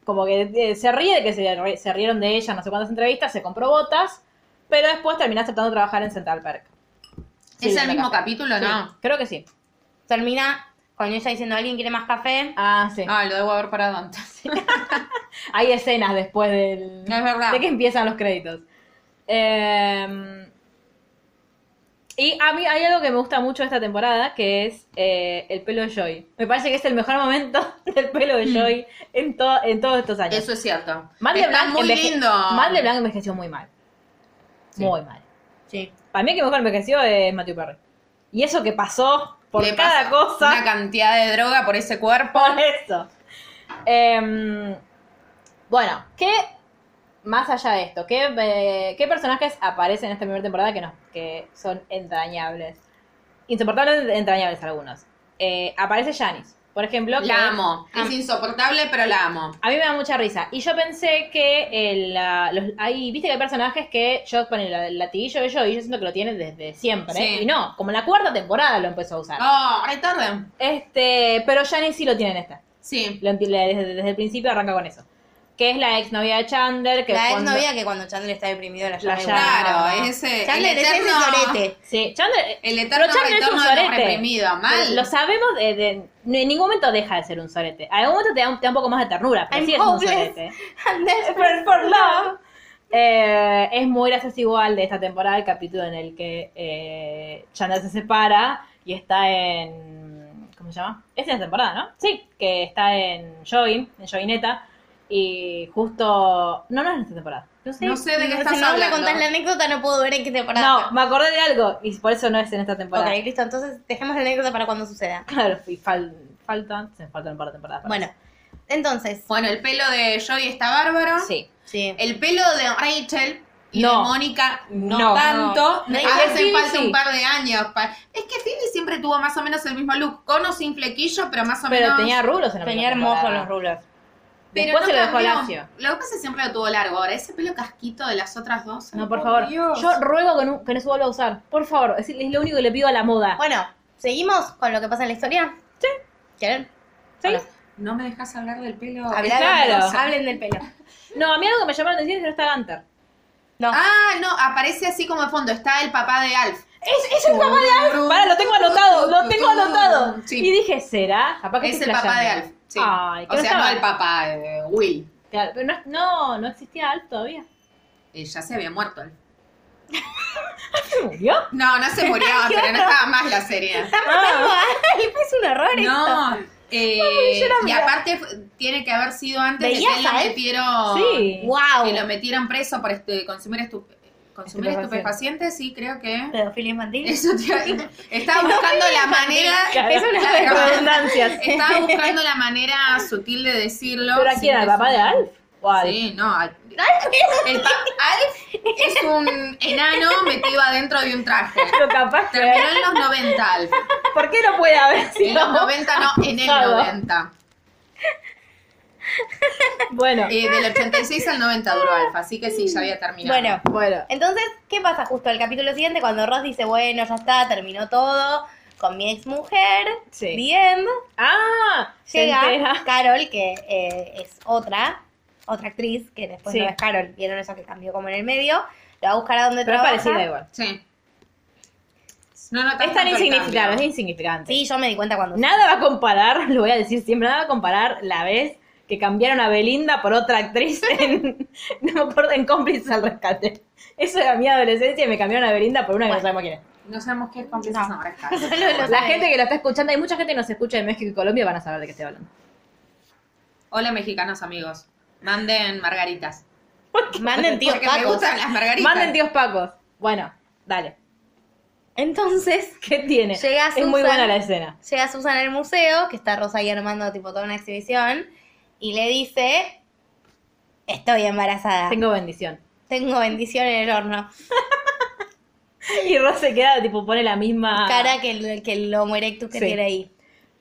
S1: como que eh, se ríe de que se, se rieron de ella, no sé cuántas entrevistas, se compró botas, pero después termina aceptando trabajar en Central Park. Sí,
S3: ¿Es
S1: la
S3: el mismo
S1: café.
S3: capítulo,
S1: Sí,
S3: no?
S1: Creo que sí.
S2: Termina con ella diciendo, ¿alguien quiere más café?
S1: Ah, sí.
S3: Ah, lo debo haber parado antes.
S1: Hay escenas después del,
S3: No, es verdad.
S1: de que empiezan los créditos. Eh, y a mí hay algo que me gusta mucho de esta temporada, que es eh, el pelo de Joy. Me parece que es el mejor momento del pelo de Joy en, to- en todos estos años.
S3: Mm. Eso es cierto.
S1: Matt
S3: Está
S1: LeBlanc
S3: muy
S1: enveje-
S3: lindo.
S1: Matt LeBlanc envejeció muy mal.
S3: Sí.
S1: Muy mal.
S2: Sí.
S1: Para mí el que mejor envejeció es Matthew Perry. Y eso que pasó por
S3: Le
S1: cada
S3: pasó
S1: cosa.
S3: Una cantidad de droga por ese cuerpo.
S1: Por eso. Em, bueno, ¿qué más allá de esto? ¿Qué, eh, qué personajes aparecen en esta primera temporada que, no, que son entrañables? Insoportables, entrañables algunos. Eh, aparece Janice, por ejemplo. que-
S3: La amo. Es insoportable, pero la amo.
S1: A mí me da mucha risa. Y yo pensé que el, la- los, hay, viste que hay personajoes que yo con el, latiguillo de Joey, yo siento que lo tienen desde siempre.
S3: Sí.
S1: Y no, como en la cuarta temporada lo empezó a usar.
S3: Oh, re tarde.
S1: Este, pero Janice sí lo tiene en esta.
S3: Sí.
S1: Lo empie- le- desde, desde el principio arranca con eso. Que es la exnovia de Chandler. Que
S2: La ex
S1: cuando-
S2: novia que cuando Chandler está deprimido la llama.
S1: La
S2: y
S1: llama.
S2: bueno,
S3: Claro,
S2: no, no.
S3: ese- el
S2: Chandler es ese
S3: eterno-
S2: sorete.
S1: Sí, Chandler.
S3: El eterno
S1: pero Chandler es un
S3: retorno de lo
S1: sorete.
S3: reprimido. Mal.
S1: Lo sabemos, eh, de- en ningún momento deja de ser un sorete. A algún momento te da un, te da un poco más de ternura, pero
S2: I'm
S1: sí es un
S2: hopeless.
S1: sorete.
S2: And that's
S1: Desperate for love. Eh, es muy gracioso igual de esta temporada el capítulo en el que eh, Chandler se separa y está en... ¿Cómo se llama? Es en esta temporada, ¿no? Sí, que está en Joey, en Joineta. Y justo... No, no es en esta temporada. No sé.
S3: No sé de qué
S2: Si
S3: estás
S2: no me
S3: hablando.
S2: contás la anécdota, no puedo ver en qué temporada.
S1: No, me acordé de algo y por eso no es en esta temporada.
S2: Ok, listo. Entonces dejemos la anécdota para cuando suceda.
S1: Claro, y fal- faltan, se me faltan un par de temporadas. para
S2: Bueno, entonces.
S3: Bueno, el pelo de Joey está bárbaro.
S1: eso. Sí.
S2: Sí.
S3: El pelo de Rachel y
S1: No.
S3: de Mónica no,
S1: No.
S3: tanto.
S2: No.
S3: A
S1: Rachel
S3: veces
S1: Phoebe
S3: falta un
S1: sí.
S3: par de años. pa- Es que Phoebe siempre tuvo más o menos el mismo look, con o sin flequillo, pero más o
S1: Pero
S3: menos.
S1: tenía rulos en la
S2: Tenía
S1: primera
S2: hermosos
S1: temporada.
S2: los rulos.
S3: Pero
S1: Después
S3: no
S1: se lo dejó
S3: cambió.
S1: lacio.
S3: Lo que pasa es que siempre lo tuvo largo. Ahora, ese pelo casquito de las otras dos. ay,
S1: No, por favor.
S3: Oh, Dios.
S1: Yo ruego que no, que no se vuelva a usar. Por favor. Es, es lo único que le pido a la moda.
S2: Bueno, ¿seguimos con lo que pasa en la historia? Sí. ¿Quieren?
S1: ¿Sí?
S3: No me dejas hablar del pelo.
S2: Hablar
S1: claro.
S2: del pelo, Hablen del pelo.
S1: No, a mí algo que me llamó la atención es que no está Gunter.
S2: No.
S3: Ah, no, aparece así como de fondo. Está el papá de Alf.
S1: Es, es el papá de Alf. Para, lo tengo anotado. Lo tengo anotado.
S3: Sí.
S1: Y dije, ¿será? Capaz que
S3: Es
S1: estoy
S3: el papá de
S1: flasheando.
S3: Alf. sí.
S1: Ay, que
S3: o sea, no
S1: estaba-
S3: el papá, eh, Will.
S1: Claro, pero no, no, no existía Alf todavía.
S3: Eh, ya se había muerto Alf.
S1: ¿Se murió?
S3: No, no se murió, pero no estaba más la serie.
S2: Está
S1: Ah.
S2: matando a Alf, es un horror esto.
S3: No, eh, y aparte f- tiene que haber sido antes de
S2: ¿Veías
S3: que lo
S2: a él?
S3: metieron,
S1: Sí.
S2: Wow.
S3: que lo metieran preso por este, consumir, estu- consumir estupefacientes, sí, creo que...
S2: Pedofilia infantil.
S3: Eso te iba- estaba buscando la manera...
S2: Es una
S3: Claro.
S1: redundancias.
S3: Estaba buscando la manera sutil de decirlo.
S1: ¿Pero aquí
S3: sin
S1: era el
S3: que
S1: papá de
S3: suene-
S1: Alf? ¿O Alf?
S3: Sí, no. Alf, el pa- Alf es un enano metido adentro de un traje.
S1: Pero capaz que...
S3: Terminó en los 90, Alf.
S1: ¿Por qué no puede haber
S3: En
S1: sido?
S3: los 90 no, en el
S1: Todo.
S3: 90.
S1: Bueno,
S3: Eh, del 86 al 90 duró Alfa, así que sí, ya había terminado.
S2: Bueno,
S1: bueno.
S2: entonces, ¿qué pasa justo al capítulo siguiente cuando Ross dice, bueno, ya está, terminó todo con mi ex mujer?
S1: Sí.
S2: Bien.
S1: Ah, se
S2: Llega
S1: entera.
S2: Carol, que eh, es otra, otra actriz, que después
S1: Sí.
S2: no es Carol, vieron eso que cambió como en el medio, la va a buscar a donde
S1: Pero es
S2: trabaja.
S1: parecida igual.
S3: Sí. No notas
S1: Es tan
S3: tanto el
S1: insignificante, es
S3: cambio.
S1: insignificante.
S2: Sí, yo me di cuenta cuando...
S1: Nada va a comparar, lo voy a decir siempre, nada va a comparar la vez que cambiaron a Belinda por otra actriz en, no me acuerdo, en cómplices al rescate. Eso era mi adolescencia y me cambiaron a Belinda por una que no sabemos quién es.
S3: No sabemos qué cómplices
S2: No.
S3: ahora.
S2: Solo lo
S1: La
S2: sabe.
S1: gente que lo está escuchando, hay mucha gente que nos escucha de México y Colombia, van a saber de qué estoy hablando.
S3: Hola, mexicanos amigos. Manden margaritas.
S2: Manden tíos
S3: Porque me
S2: tacos.
S3: gustan las margaritas.
S1: Manden tíos pacos. Bueno, dale.
S2: Entonces,
S1: ¿Qué tiene?
S2: Llega
S1: es muy
S2: Susan.
S1: buena la escena.
S2: llega Susan al museo, que está Rosa ahí armando tipo toda una exhibición, y le dice, estoy embarazada, tengo,
S1: Tengo bendición.
S2: bendición en el horno.
S1: Y Ross se queda, tipo, pone la misma
S2: Cara que el, que el homo erectus que
S1: Ah. Sí.
S2: tiene ahí.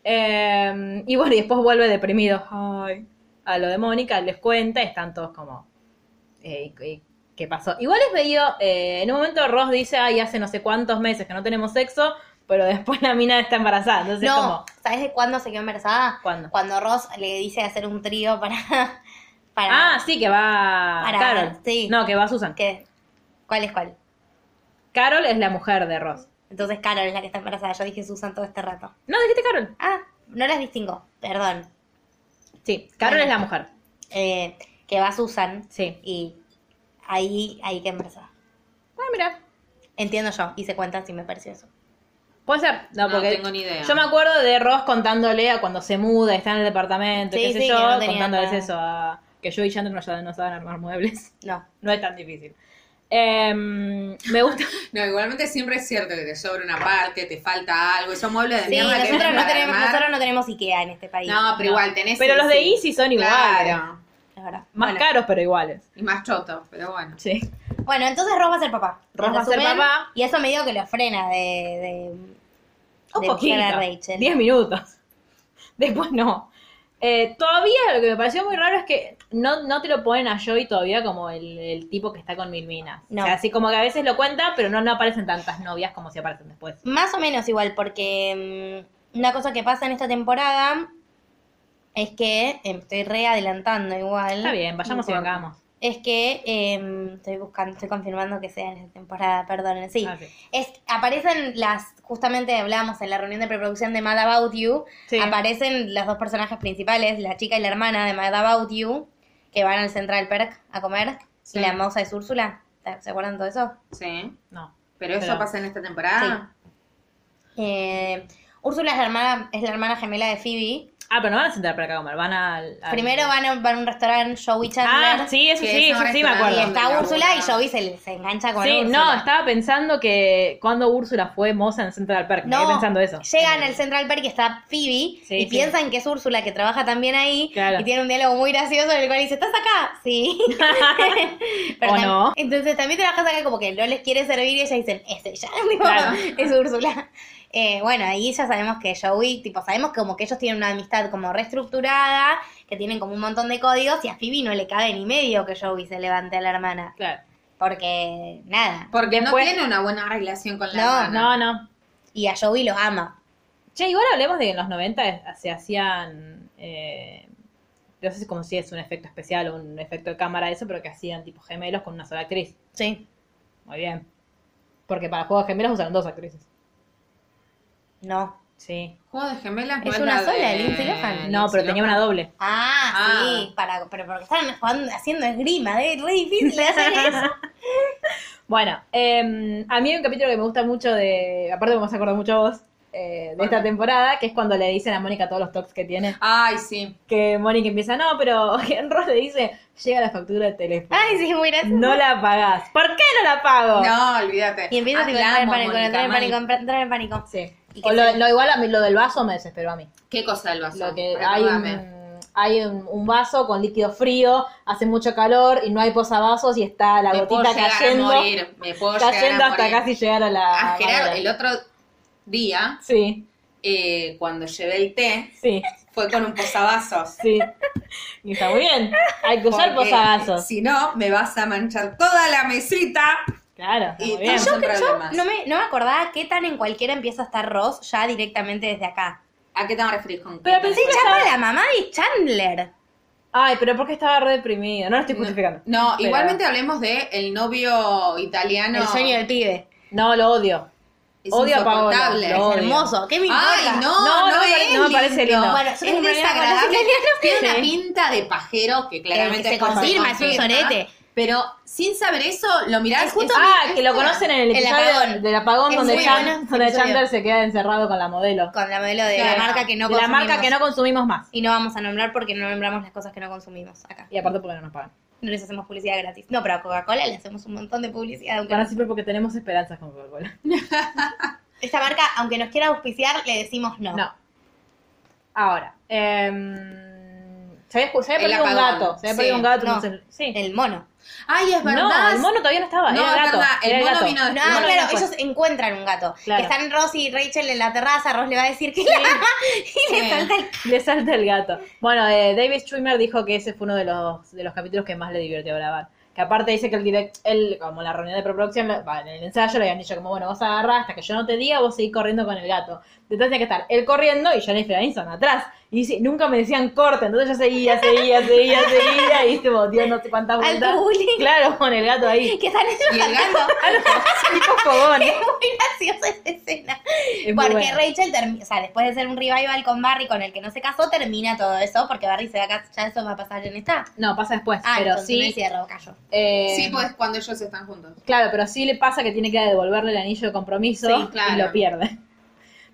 S1: Eh, y bueno, y después vuelve deprimido. Ay. A lo de Mónica, les cuenta, están todos como. eh, y- y ¿Qué pasó? Igual es medio. eh, en un momento Ross dice, ay, hace no sé cuántos meses que no tenemos sexo, pero después la mina está embarazada. Entonces,
S2: no,
S1: como.
S2: ¿sabes de cuándo se quedó embarazada?
S1: ¿Cuándo?
S2: Cuando Ross le dice hacer un trío para... para
S1: Ah, sí, que va.
S2: Para-
S1: Carol.
S2: sí.
S1: No, que va Susan.
S2: ¿Qué? ¿Cuál es cuál?
S1: Carol es la mujer de Ross.
S2: Entonces Carol es la que está embarazada, yo dije Susan todo este rato.
S1: No, dijiste Carol.
S2: Ah, no las distingo, perdón.
S1: Sí, Carol
S2: Bueno.
S1: es la mujer.
S2: Eh, que va Susan
S1: Sí.
S2: y ahí, ahí que embarazada.
S1: Ah, mira.
S2: Entiendo yo, hice cuentas y me pareció eso.
S1: Puede ser, no,
S3: No
S1: porque
S3: tengo ni idea.
S1: yo me acuerdo de Ross contándole a cuando se muda, está en el departamento,
S2: Sí,
S1: qué sé
S2: sí,
S1: yo,
S2: que no tenía
S1: contándoles
S2: nada.
S1: eso, a, que yo y Chandler no, saben- no saben armar muebles.
S2: No.
S1: No es tan difícil. Em, me gusta.
S3: No, igualmente siempre es cierto que te sobra una parte, te falta algo. Esos muebles de
S2: Sí,
S3: mierda que
S2: nosotros no,
S3: para
S2: tenemos,
S3: armar.
S2: nosotros no tenemos IKEA en este país.
S3: No, pero igual tenés.
S1: pero los de Easy son iguales.
S3: Claro.
S2: La verdad.
S1: Más
S2: bueno.
S1: caros, pero iguales.
S3: Y más choto, pero bueno.
S1: Sí.
S2: Bueno, entonces Ross va a ser papá.
S1: Ross va a ser
S2: Resumen,
S1: papá.
S2: Y eso medio que lo frena de. de
S1: Un
S2: de
S1: poquito.
S2: buscar a Rachel.
S1: 10 minutos. Después no. Eh, todavía lo que me pareció muy raro es que no, no te lo ponen a Joey todavía como el, el tipo que está con mil minas.
S2: No.
S1: O sea, así como que a veces lo cuenta, pero no, no aparecen tantas novias como si aparecen después.
S2: Más o menos igual, porque mm, una cosa que pasa en esta temporada es que. eh, Estoy re adelantando igual.
S1: Está bien, vayamos y
S3: Entiendo.
S1: vengamos.
S2: Es que. eh, estoy buscando, estoy confirmando que sea en esta temporada, perdonen. Sí.
S1: Ah, sí.
S2: Es, aparecen las. Justamente hablábamos en la reunión de preproducción de Mad About You.
S1: Sí.
S2: aparecen los dos personajes principales, la chica y la hermana de Mad About You, que van al Central Perk a comer.
S3: Sí.
S2: Y la mouse es Úrsula. ¿Se acuerdan de todo eso?
S3: Sí.
S1: No.
S3: Pero eso
S1: Pero-
S3: pasa en esta temporada.
S2: Eh, Úrsula es la hermana, es la hermana gemela de Phoebe.
S1: Ah, pero no van a sentar para acá a comer, van al. al-
S2: Primero van a, van a un restaurante, Joey Chandler.
S1: Ah, sí, eso
S3: que
S1: sí,
S3: es
S1: eso
S3: un
S1: sí me
S3: restaurante.
S2: Y
S1: acuerdo.
S2: está
S3: la
S2: Úrsula y
S3: una.
S2: Joey se, le- se engancha con
S1: Sí,
S2: Úrsula.
S1: no, estaba pensando que cuando Úrsula fue moza en Central Park, me quedé pensando eso.
S2: Llegan al Central Park y está Phoebe y
S1: Eh. sí.
S2: piensan que es Úrsula que trabaja también ahí
S1: Claro.
S2: y tiene un diálogo muy gracioso en el cual dice, ¿estás acá? Sí.
S1: ¿O
S2: tam-
S1: no?
S2: Entonces también trabajas acá como que no les quiere servir y ellas dicen, es ella, Digo,
S1: Claro.
S2: es Úrsula. Eh, bueno, ahí ya sabemos que Joey, tipo, sabemos como que ellos tienen una amistad como reestructurada, que tienen como un montón de códigos y a Phoebe no le cabe ni medio que Joey se levante a la hermana.
S1: Claro.
S2: Porque, nada.
S3: Porque
S1: Después-
S3: no tiene una buena relación con la
S2: No,
S3: hermana.
S1: No, no.
S2: Y a Joey lo ama.
S1: Che, igual hablemos de que en los 90 es- se hacían. eh, no sé si como si es un efecto especial o un efecto de cámara, eso, pero que hacían tipo gemelos con una sola actriz.
S2: Sí.
S1: Muy bien. Porque para juegos de gemelos usaron dos actrices.
S2: No.
S1: Sí.
S3: Juego de gemelas no
S2: Es
S3: es la
S2: una sola,
S3: de...
S2: Lindsay Lohan.
S1: Eh, No, pero tenía una doble.
S2: Ah,
S3: Ah.
S2: sí, para, pero porque estaban jugando, haciendo esgrima, ¿eh? es re difícil hacer eso.
S1: Bueno, eh, a mí hay un capítulo que me gusta mucho de, aparte me vas a acordar mucho a vos, eh, de esta temporada, que es cuando le dicen a Mónica todos los toques que tiene,
S3: Ay, sí.
S1: que Mónica empieza, no, pero Ross le dice, llega la factura de teléfono.
S2: Ay, sí, muy gracioso.
S1: No la pagás. ¿Por qué no la pago?
S3: No, olvídate.
S2: Y empieza a
S3: Ah,
S2: tipo,
S3: la
S2: entrar en
S3: amo,
S2: pánico,
S3: Mónica,
S2: entrar en
S3: mal.
S2: pánico, entrar en pánico.
S1: Sí.
S2: Y que
S1: O lo,
S2: se-
S1: lo igual a mí, lo del vaso me desesperó a mí.
S3: ¿Qué cosa del vaso?
S1: Lo que hay
S3: Recordame.
S1: un, hay un, un vaso con líquido frío, hace mucho calor y no hay posavasos y está la
S3: me puedo
S1: gotita
S3: llegar
S1: cayendo,
S3: a morir. Me puedo
S1: cayendo
S3: llegar a
S1: hasta
S3: morir.
S1: casi llegar a la...
S3: Ah, Gerardo,
S1: madera.
S3: el otro día,
S1: Sí,
S3: eh, cuando llevé el té,
S1: sí.
S3: fue con un posavasos.
S1: Sí. Y está muy bien. Hay que usar
S3: Porque
S1: posavasos.
S3: Si no, me vas a manchar toda la mesita.
S1: Claro, está
S3: Y
S1: muy
S3: tú
S1: bien.
S3: yo-
S2: Yo,
S3: son
S2: que- yo
S3: problemas.
S2: no, me, no me acordaba qué tan en cualquiera empieza a estar Ross ya directamente desde acá.
S3: ¿A qué te referís con qué?
S1: Pero pensé
S2: Sí,
S1: que
S2: chapa
S1: estaba-
S2: la mamá de Chandler.
S1: Ay, pero porque estaba re deprimido. No lo estoy justificando.
S3: No,
S1: Pero-
S3: igualmente hablemos de el novio italiano.
S2: El sueño del pibe.
S1: No, lo odio.
S3: Es
S1: odio a Paolo.
S3: insoportable.
S1: Lo odio.
S2: Hermoso. ¿Qué me importa?
S3: Ay, no,
S1: No,
S3: no,
S1: no me pare-
S3: es
S1: no me parece lindo.
S2: Bueno,
S3: es
S2: yo tengo un problema con los
S3: desagradable.
S2: italianos.
S3: Tiene una
S1: Sí.
S3: pinta de pajero que
S2: Eh,
S3: claramente
S2: que se
S3: después
S2: confirma, es un
S3: confirma,
S2: sorete.
S3: Pero sin saber eso, lo mirás.
S2: Es justo-
S3: es-
S1: Ah, que lo conocen en el
S2: El
S1: episodio
S2: apagón.
S1: del apagón
S2: Es
S1: donde,
S2: muy
S1: Chan-
S2: bueno ese
S1: donde
S2: episodio.
S1: Chandler se queda encerrado con la modelo.
S2: Con la modelo de
S3: Claro.
S2: la marca que no
S1: De la
S2: consumimos.
S1: marca que no consumimos más.
S2: Y no vamos a nombrar porque no nombramos las cosas que no consumimos acá.
S1: Y aparte porque no nos pagan.
S2: No les hacemos publicidad gratis. No, pero a Coca-Cola le hacemos un montón de publicidad. aunque
S1: Para
S2: no-
S1: siempre porque tenemos esperanzas con Coca-Cola.
S2: Esta marca, aunque nos quiera auspiciar, le decimos no.
S1: No. Ahora. em, se había, se había
S3: El
S1: perdido un
S3: apagón.
S1: gato. Se había
S3: Sí,
S1: perdido un gato.
S2: no.
S1: entonces- sí.
S2: El mono.
S3: Ay, es verdad.
S1: No, el mono todavía no estaba.
S3: No,
S1: era
S3: es
S1: el gato.
S3: verdad, el
S1: era
S3: mono
S1: gato.
S3: vino
S2: No,
S3: después.
S1: Bueno,
S2: Ah, claro,
S1: después.
S2: ellos encuentran un gato.
S1: Claro.
S2: Que están Ross y Rachel en la terraza, Ross le va a decir que la ama y le salta el
S1: Le salta el gato. Bueno, eh, David Schwimmer dijo que ese fue uno de los, de los capítulos que más le divirtió grabar. Que aparte dice que el direct, él, como en la reunión de preproducción, lo- va, en el ensayo le habían dicho como, bueno, vos agarrás hasta que yo no te diga, vos seguís corriendo con el gato. Entonces tenía que estar él corriendo y Jennifer Aniston atrás. Y dice, nunca me decían corte, entonces yo seguía, seguía, seguía, seguía, y este Dios, no sé cuántas
S2: Alto
S1: vueltas.
S2: bullying.
S1: Claro, con el gato ahí.
S2: que están ellos
S3: Y el
S2: cantando.
S3: gato.
S1: Qué cojón.
S2: Es muy graciosa esa escena.
S1: Es muy
S2: Porque
S1: bueno.
S2: Rachel, termi- o sea, después de hacer un revival con Barry, con el que no se casó, termina todo eso, porque Barry se va a casar, ya eso va a pasar en esta.
S1: No, pasa después,
S2: Ah,
S1: pero
S2: entonces no
S1: sí.
S2: es cierre, callo.
S1: eh,
S3: Sí, pues cuando ellos están juntos.
S1: Claro, pero sí le pasa que tiene que devolverle el anillo de compromiso
S3: Sí, claro.
S1: y lo pierde.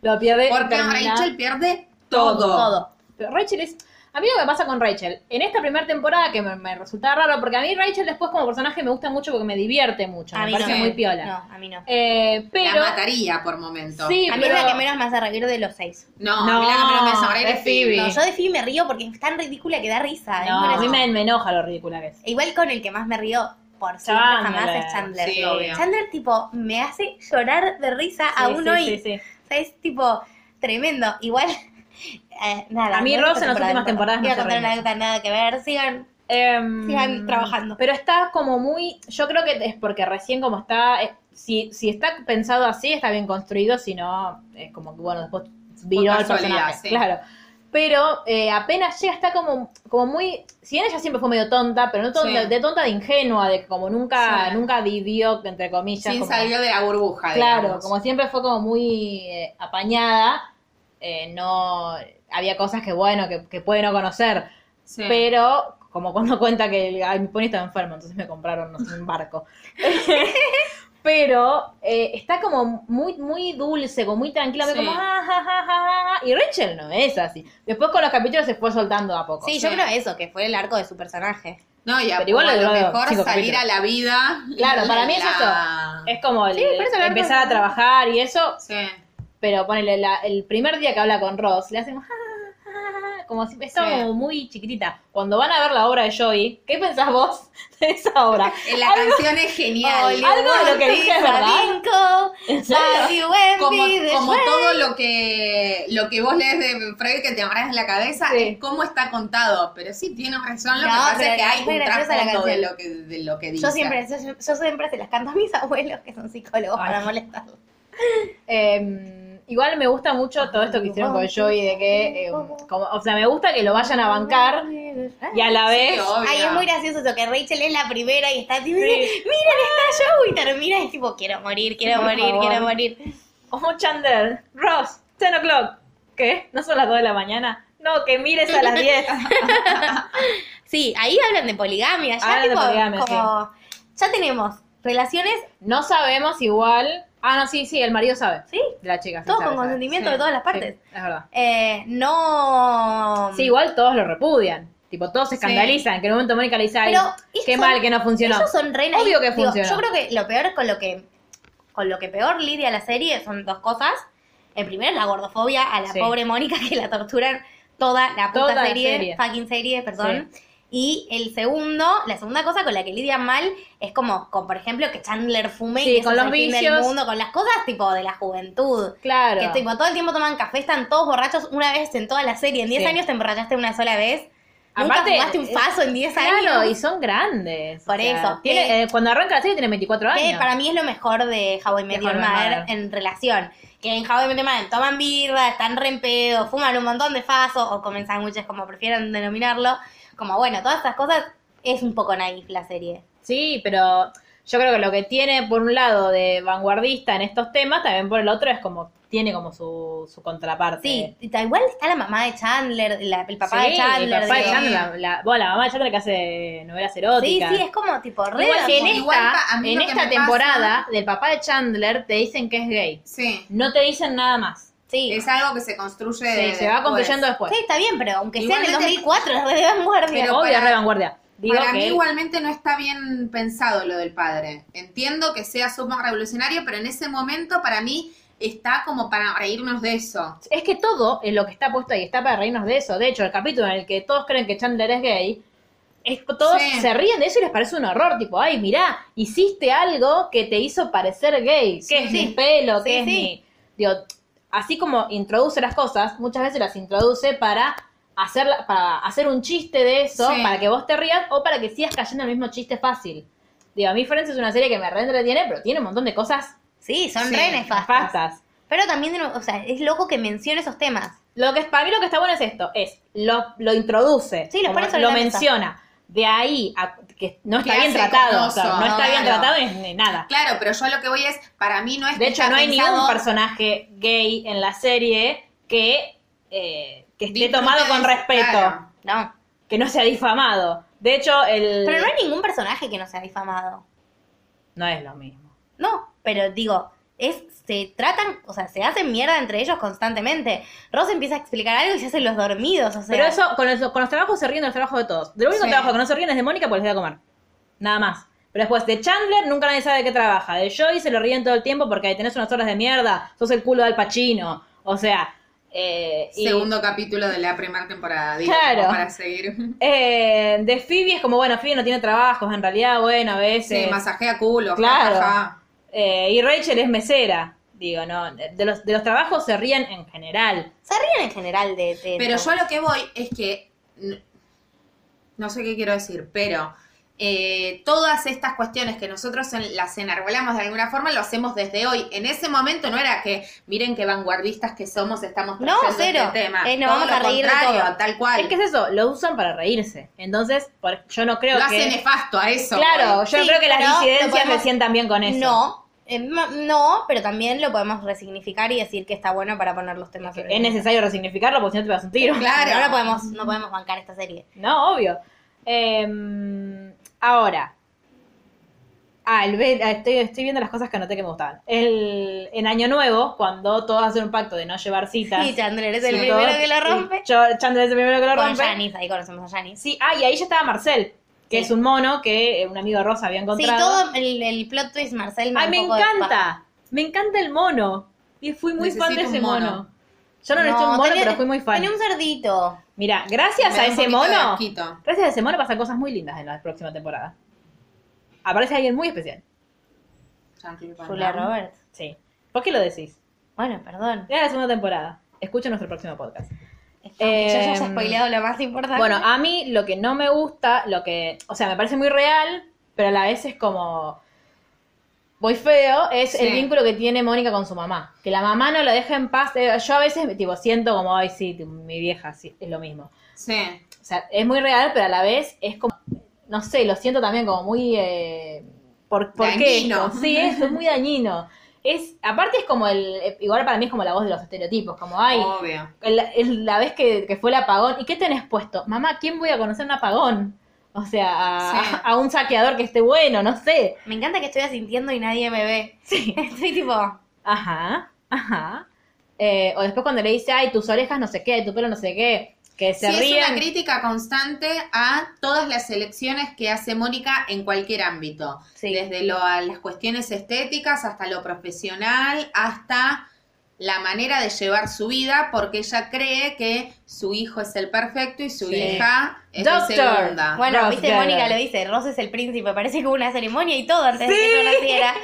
S1: Lo pierde.
S3: Porque
S1: Eh, termina-
S3: Rachel pierde
S1: todo.
S3: todo.
S2: Todo.
S1: Pero Rachel es. A mí lo que pasa con Rachel, en esta primera temporada que me, me resultaba raro, porque a mí Rachel después como personaje me gusta mucho porque me divierte mucho,
S2: A
S1: me
S2: mí
S1: parece
S2: no.
S1: muy piola.
S2: No, a mí no.
S1: Eh, pero.
S3: La mataría por momentos.
S1: Sí,
S2: A mí
S1: pero-
S2: es la que menos me hace reír de los seis.
S3: No,
S1: No,
S3: no, la que menos me hace reír
S1: es
S3: es Phoebe.
S2: No, yo de Phoebe me río porque es tan ridícula que da risa. es
S1: No,
S2: muy
S1: a mí
S2: gracioso.
S1: me, me enoja lo ridícula que es.
S2: E Igual con el que más me río por siempre
S1: Chandler.
S2: jamás es Chandler.
S3: Sí, obvio.
S2: Chandler, tipo, me hace llorar de risa
S1: Sí,
S2: aún
S1: sí,
S2: hoy.
S1: sí, sí.
S2: O sea, es tipo tremendo. Igual, eh, nada.
S1: A mí
S2: no es
S1: Ross en las
S2: temporada,
S1: últimas temporadas
S2: Voy
S1: no
S2: a
S1: se
S2: contar una
S1: reía.
S2: anécdota nada que ver. Sigan.
S1: Em,
S2: Sigan trabajando.
S1: Pero está como muy. Yo creo que es porque recién como está. eh, si, si está pensado así, está bien construido. Si no, es como que bueno, después viró
S3: Por
S1: el
S3: casualidad,
S1: personaje.
S3: sí.
S1: Claro. Pero eh, apenas llega, está como, como muy. Si bien ella siempre fue medio tonta, pero no tonta,
S3: Sí.
S1: de tonta de ingenua, de que como nunca,
S3: Sí.
S1: nunca vivió, entre comillas.
S3: Sin
S1: como-
S3: salir de la burbuja.
S1: Claro,
S3: digamos.
S1: como siempre fue como muy eh, apañada. eh, no. Había cosas que bueno, que, que puede no conocer.
S3: Sí.
S1: Pero, como cuando cuenta que el- ay, mi pony estaba enfermo, entonces me compraron no sé, un barco. Pero eh, está como muy, muy dulce, como muy tranquila,
S3: Sí.
S1: como ah, ja, ja, ja, ja, ja. Y Rachel no es así. Después con los capítulos se fue soltando a poco.
S2: Sí, yo creo eso, que fue el arco de su personaje.
S3: No, y a,
S1: Pero igual
S3: a
S1: le
S3: lo
S1: duró
S3: mejor
S1: cinco
S3: salir
S1: capítulos.
S3: a la vida.
S1: Claro, para mí es
S3: La-
S1: Es como el-
S2: Sí, por eso la
S1: empezar a
S2: verdad.
S1: trabajar y eso,
S3: Sí.
S1: pero ponele la- el primer día que habla con Ross, le hacen ja, ja, ja, ja, como si está
S3: Sí.
S1: como muy chiquitita. Cuando van a ver la obra de Joey, ¿qué pensás vos de esa obra?
S3: Eh, La canción es genial.
S2: Oli,
S1: algo de lo que
S2: Wanty,
S1: dije es verdad.
S2: Fabinco,
S1: ¿En serio?
S2: Barry Wemby,
S3: como,
S2: de
S3: como
S2: Shrek.
S3: todo lo que lo que vos lees de Freud que te amarás en la cabeza
S1: Sí.
S3: es cómo está contado pero sí tiene razón lo que
S2: No,
S3: pasa
S2: pero
S3: es que
S2: es
S3: hay
S2: muy
S3: un
S2: graciosa la
S3: trasfondo de
S2: canción.
S3: lo que de lo que dice
S2: Yo siempre, yo, yo siempre se las canto a mis abuelos que son psicólogos
S1: Ay.
S2: para molestarlos.
S1: Eh, igual me gusta mucho todo esto que hicieron con Joey de que, eh, como- o sea, me gusta que lo vayan a bancar y a la vez,
S3: Sí, obvio.
S2: Ay, es muy gracioso eso, que Rachel es la primera y está, tipo, miren, está Joey, y termina y es tipo, quiero morir, quiero
S1: Por
S2: morir,
S1: favor.
S2: quiero morir.
S1: oh Chandler, Ross, 10 o'clock, ¿qué? ¿No son las 2 de la mañana? No, que mires a las 10.
S2: Sí, ahí hablan de poligamia, ya
S1: Hablan de
S2: tipo,
S1: poligamia,
S2: como, ya tenemos relaciones,
S1: No sabemos igual, ah, no, sí, sí, el marido sabe,
S2: sí,
S1: la chica. sí
S2: todos
S1: sabe,
S2: con
S1: sabe.
S2: consentimiento
S3: Sí,
S2: de todas las
S1: Sí,
S2: partes.
S1: es verdad.
S2: Eh, no...
S1: Sí, igual todos lo repudian, tipo, todos se escandalizan, que en un momento Mónica le dice, ay,
S2: Pero
S1: qué
S2: ellos
S1: mal
S2: son-
S1: que no funcionó.
S2: Ellos son re naif-
S1: Obvio que
S2: digo,
S1: funcionó.
S2: Yo creo que lo peor con lo que con lo que peor lidia la serie son dos cosas. En primero la gordofobia a la
S1: Sí.
S2: pobre Mónica que la torturan toda la puta
S1: Toda la
S2: serie,
S1: serie.
S2: fucking serie, perdón. Y el segundo, la segunda cosa con la que lidian mal es como con por ejemplo que Chandler fume
S1: Sí,
S2: y eso
S1: con
S2: es
S1: los
S2: el fin del
S1: vicios.
S2: mundo, con las cosas tipo de la juventud.
S1: Claro.
S2: Que tipo, todo el tiempo toman café, están todos borrachos una vez en toda la serie. En 10
S1: Sí.
S2: años te emborrachaste una sola vez.
S1: Aparte,
S2: Nunca fumaste un
S1: eh,
S2: paso en 10 años.
S1: Claro, y son grandes.
S2: Por eso,
S1: tiene-
S2: que-
S1: eh, cuando arranca la serie tiene 24 años.
S2: Que para mí es lo mejor de How I Met
S1: De
S2: Your
S1: How I Met
S2: Mother
S1: Mother.
S2: en relación. Que en How I Met Your Mother toman birra, están re en pedo, fuman un montón de faso o comen sándwiches como prefieran denominarlo. Como bueno, todas estas cosas es un poco naif la serie.
S1: Sí, pero yo creo que lo que tiene por un lado de vanguardista en estos temas, también por el otro es como, tiene como su, su contraparte.
S2: Sí, y ta- igual está la mamá de Chandler, la- el papá
S1: Sí,
S2: de Chandler.
S1: el papá de
S2: digo.
S1: Chandler, la, la- bueno, la mamá de Chandler que hace novelas
S2: Sí,
S1: eróticas.
S2: sí, es como tipo re.
S1: Igual que en
S2: como-
S1: esta,
S3: Igual pa- a mí
S1: en
S3: lo que
S1: esta
S3: me
S1: temporada del papá de Chandler te dicen que es gay.
S3: Sí.
S1: No te dicen nada más.
S2: Sí.
S3: Es algo que se construye.
S1: Se- se va
S3: después.
S1: construyendo después.
S2: Sí, está bien, pero aunque sea en el
S3: Igualmente-
S2: 2004, es re de vanguardia.
S3: pero
S1: Obvio,
S3: para-
S1: re vanguardia. Digo
S3: Para
S1: que
S3: mí igualmente no está bien pensado lo del padre. Entiendo que sea súper revolucionario, pero en ese momento para mí está como para reírnos de eso.
S1: es que todo en lo que está puesto ahí está para reírnos de eso. De hecho, el capítulo en el que todos creen que Chandler es gay, es, todos
S3: Sí.
S1: se ríen de eso y les parece un horror. Tipo, ay, mirá, hiciste algo que te hizo parecer gay. Que
S2: Sí,
S1: es
S2: sí.
S1: mi pelo, que
S2: Sí,
S1: es
S2: sí.
S1: mi... Digo, así como introduce las cosas, muchas veces las introduce para... Hacer, para hacer un chiste de eso,
S3: Sí.
S1: para que vos te rías o para que sigas cayendo en el mismo chiste fácil. Digo, a mí Friends es una serie que me reentretiene, pero tiene un montón de cosas
S2: Sí, son
S3: Sí,
S2: re nefastas.
S1: fastas.
S2: Pero también, de nuevo, o sea, es loco que mencione esos temas.
S1: Lo que es- para mí lo que está bueno es esto, es lo, lo introduce,
S2: Sí, lo
S1: como
S2: pone sobre la mesa.
S1: menciona. De ahí a que no está
S3: Que
S1: bien
S3: hace
S1: tratado,
S3: conoso,
S1: claro, no está bien
S3: claro.
S1: tratado ni, ni nada.
S3: Claro, pero yo a lo que voy es, para mí no es
S1: De
S3: que
S1: hecho,
S3: está
S1: no hay ningún
S3: pensado-
S1: personaje gay en la serie que, eh, que esté
S3: Disfrute
S1: tomado
S3: de-
S1: con respeto,
S3: claro.
S2: No.
S1: que no sea difamado. De hecho, el
S2: Pero no hay ningún personaje que no sea difamado.
S1: no es lo mismo.
S2: No, pero digo, es se tratan, o sea, se hacen mierda entre ellos constantemente. Ross empieza a explicar algo y se hacen los dormidos, o sea.
S1: Pero eso, con, eso- con los trabajos se ríen de los trabajos de todos. Del único
S3: Sí.
S1: trabajo que no se ríen es de Mónica porque les da a comer. Nada más. Pero después de Chandler nunca nadie sabe de qué trabaja. De Joey se lo ríen todo el tiempo porque ahí tenés unas horas de mierda, sos el culo del pachino. O sea, eh, y-
S3: Segundo capítulo de la primera temporada, digo,
S1: Claro.
S3: como para seguir.
S1: eh, de Phoebe es como, bueno, Phoebe no tiene trabajos, en realidad, bueno, a veces.
S3: Sí, masajea culo.
S1: Claro.
S3: jajaja.
S1: Eh, y Rachel es mesera. Digo, no, de los, de los trabajos se ríen en general.
S2: Se ríen en general de, de-
S3: Pero
S2: de-
S3: yo a lo que voy es que. n- No sé qué quiero decir, pero. eh, todas estas cuestiones que nosotros en- las enarbolamos de alguna forma lo hacemos desde hoy. En ese momento no era que miren qué vanguardistas que somos, estamos
S2: No,
S3: trayendo
S2: cero.
S3: este tema.
S2: Eh, nos
S3: Todo
S2: vamos
S3: lo
S2: a reír de
S3: contrario,
S2: todo.
S3: tal cual.
S1: Es que es eso, lo usan para reírse. Entonces, por- yo no creo
S3: lo
S1: que.
S3: hace nefasto a eso.
S1: Claro,
S3: voy.
S1: yo
S2: Sí,
S1: creo que las
S2: pero lo
S1: disidencias
S2: podemos-
S1: me sientan bien con eso.
S2: No, eh, ma- no, pero también lo podemos resignificar y decir que está bueno para poner los temas. sobre
S1: Es
S2: la
S1: necesario resignificarlo porque si no te vas un tiro.
S2: mesa.
S3: Claro.
S2: No, la podemos, no podemos bancar esta serie.
S1: No, obvio. Eh, ahora. Ah, el ve- ah, estoy, estoy viendo las cosas que anoté que me gustaban. El, en Año Nuevo, cuando todos hacen un pacto de no llevar citas.
S2: Sí, Chandler es
S1: y
S2: el
S1: todos-
S2: primero que la rompe.
S1: y Cho- Chandler es el primero que la
S2: Con
S1: rompe.
S2: Janice, ahí conocemos a Janice.
S1: Sí, ah, y ahí ya estaba Marcel, que
S2: Sí.
S1: es un mono que eh, un amigo de Rosa había
S2: Sí,
S1: encontrado.
S2: todo el, el plot twist, Marcel. da
S1: Ay,
S2: un
S1: me
S2: poco de paja.
S1: encanta. Me encanta el mono. Y fui muy fan de ese
S3: Necesito un mono.
S1: mono. Yo no, necesito un mono,
S2: tenía-
S1: pero fui muy fan.
S2: Tenía un cerdito.
S1: Mira,
S3: Me
S1: gracias
S3: da
S1: a
S3: un
S1: ese
S3: poquito de
S1: mono,
S3: asquito.
S1: gracias a ese mono pasan cosas muy lindas en la próxima temporada. Aparece alguien muy especial.
S3: Jean-Claude Van
S2: Julia
S3: Damme.
S2: Roberts.
S1: Sí. ¿por qué lo decís?
S2: Bueno, perdón.
S1: Es la segunda temporada. Escuchen nuestro próximo podcast.
S2: Aunque yo ya haya
S1: Em,
S2: spoileado lo más importante.
S1: Bueno, ah. a mí lo que no me gusta, lo que, o sea, me parece muy real, pero a la vez es como muy feo, es
S3: Sí.
S1: el vínculo que tiene Mónica con su mamá. Que la mamá no la deja en paz. Eh, Yo a veces, tipo, siento como, ay, sí, tipo, mi vieja, sí, es lo mismo.
S3: Sí.
S1: O sea, es muy real, pero a la vez es como, no sé, lo siento también como muy... Eh, ¿Por, por qué?
S3: Dañino.
S1: esto? Sí, es muy dañino. Es, aparte es como el, eh, igual para mí es como la voz de los estereotipos, como, ay,
S3: Obvio.
S1: el- el- la vez que, que fue el apagón, ¿y qué tenés puesto? Mamá, ¿quién voy a conocer un apagón? O sea, a,
S3: Sí.
S1: a un saqueador que esté bueno, no sé.
S2: Me encanta que estoy asintiendo y nadie me ve.
S1: Sí.
S2: Estoy tipo.
S1: Ah, Ajá, ajá. Eh, o después cuando le dice, ay, tus orejas no sé qué, tu pelo no sé qué, que se
S3: sí, es
S1: rían.
S3: una crítica constante a todas las elecciones que hace Mónica en cualquier ámbito.
S2: Sí.
S3: Desde lo, a las cuestiones estéticas hasta lo profesional, hasta la manera de llevar su vida, porque ella cree que su hijo es el perfecto y su
S1: Sí.
S3: hija es
S1: Doctor.
S3: la segunda.
S2: Bueno,
S1: Ross
S2: viste,
S1: Geller.
S2: Mónica lo dice, Ross es el príncipe, parece que hubo una ceremonia y todo antes de que se conociera.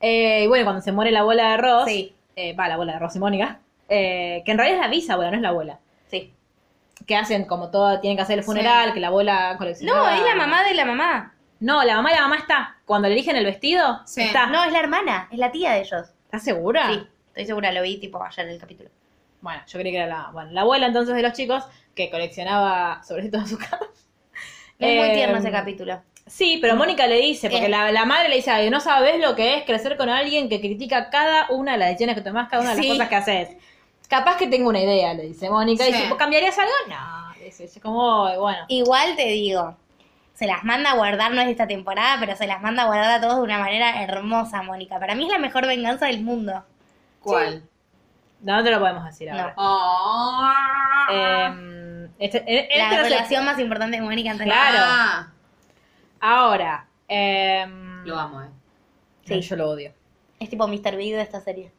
S1: Eh, y bueno, cuando se muere la abuela de Ross,
S2: Sí.
S1: eh, va, la abuela de Ross y Mónica, eh, que en realidad es la bisabuela, no es la abuela.
S2: Sí.
S1: Que hacen como todo, tienen que hacer el funeral, que la abuela colecciona.
S2: No, es la mamá de la mamá.
S1: No, la mamá de la mamá está. Cuando le eligen el vestido,
S3: Sí.
S1: está.
S2: No, es la hermana, es la tía de ellos.
S1: ¿Estás segura?
S2: Sí, estoy segura, lo vi tipo ayer en el capítulo.
S1: Bueno, yo creí que era la, bueno, la abuela entonces de los chicos que coleccionaba sobrecitos de azúcar.
S2: Es muy
S1: Eh,
S2: tierno ese capítulo.
S1: Sí, pero Mónica le dice, porque
S2: Eh.
S1: la, la madre le dice, "Ay, no sabes lo que es crecer con alguien que critica cada una de las decisiones que tomás, cada una de las
S2: Sí.
S1: cosas que haces. Capaz que tengo una idea, le dice Mónica.
S3: Sí.
S1: Dice, "¿Vos ¿cambiarías algo? No, le dice, es como, bueno.
S2: Igual te digo, se las manda a guardar, no es esta temporada, pero se las manda a guardar a todos de una manera hermosa, Mónica. Para mí es la mejor venganza del mundo.
S3: ¿Cuál?
S1: No, no te lo podemos decir
S2: No.
S1: ahora.
S3: Oh.
S1: Eh, este- en- en
S2: La
S1: este no se-
S2: relación más importante de Mónica antes de-
S1: Claro.
S3: Ah,
S1: Ahora, em,
S3: lo amo, eh.
S1: sí, yo lo odio.
S2: Es tipo Mr. Big de esta serie.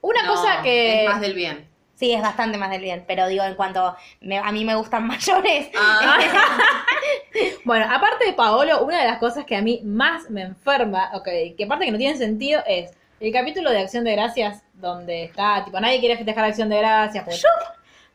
S1: Una
S3: No,
S1: cosa que...
S3: Es más del bien.
S2: Sí, es bastante más del bien, pero digo, en cuanto me- a mí me gustan mayores.
S3: Ah,
S1: Bueno, aparte de Paolo, una de las cosas que a mí más me enferma, ok, que aparte que no tiene sentido, es el capítulo de Acción de Gracias, donde está, tipo, nadie quiere festejar Acción de Gracias, porque ¡shup!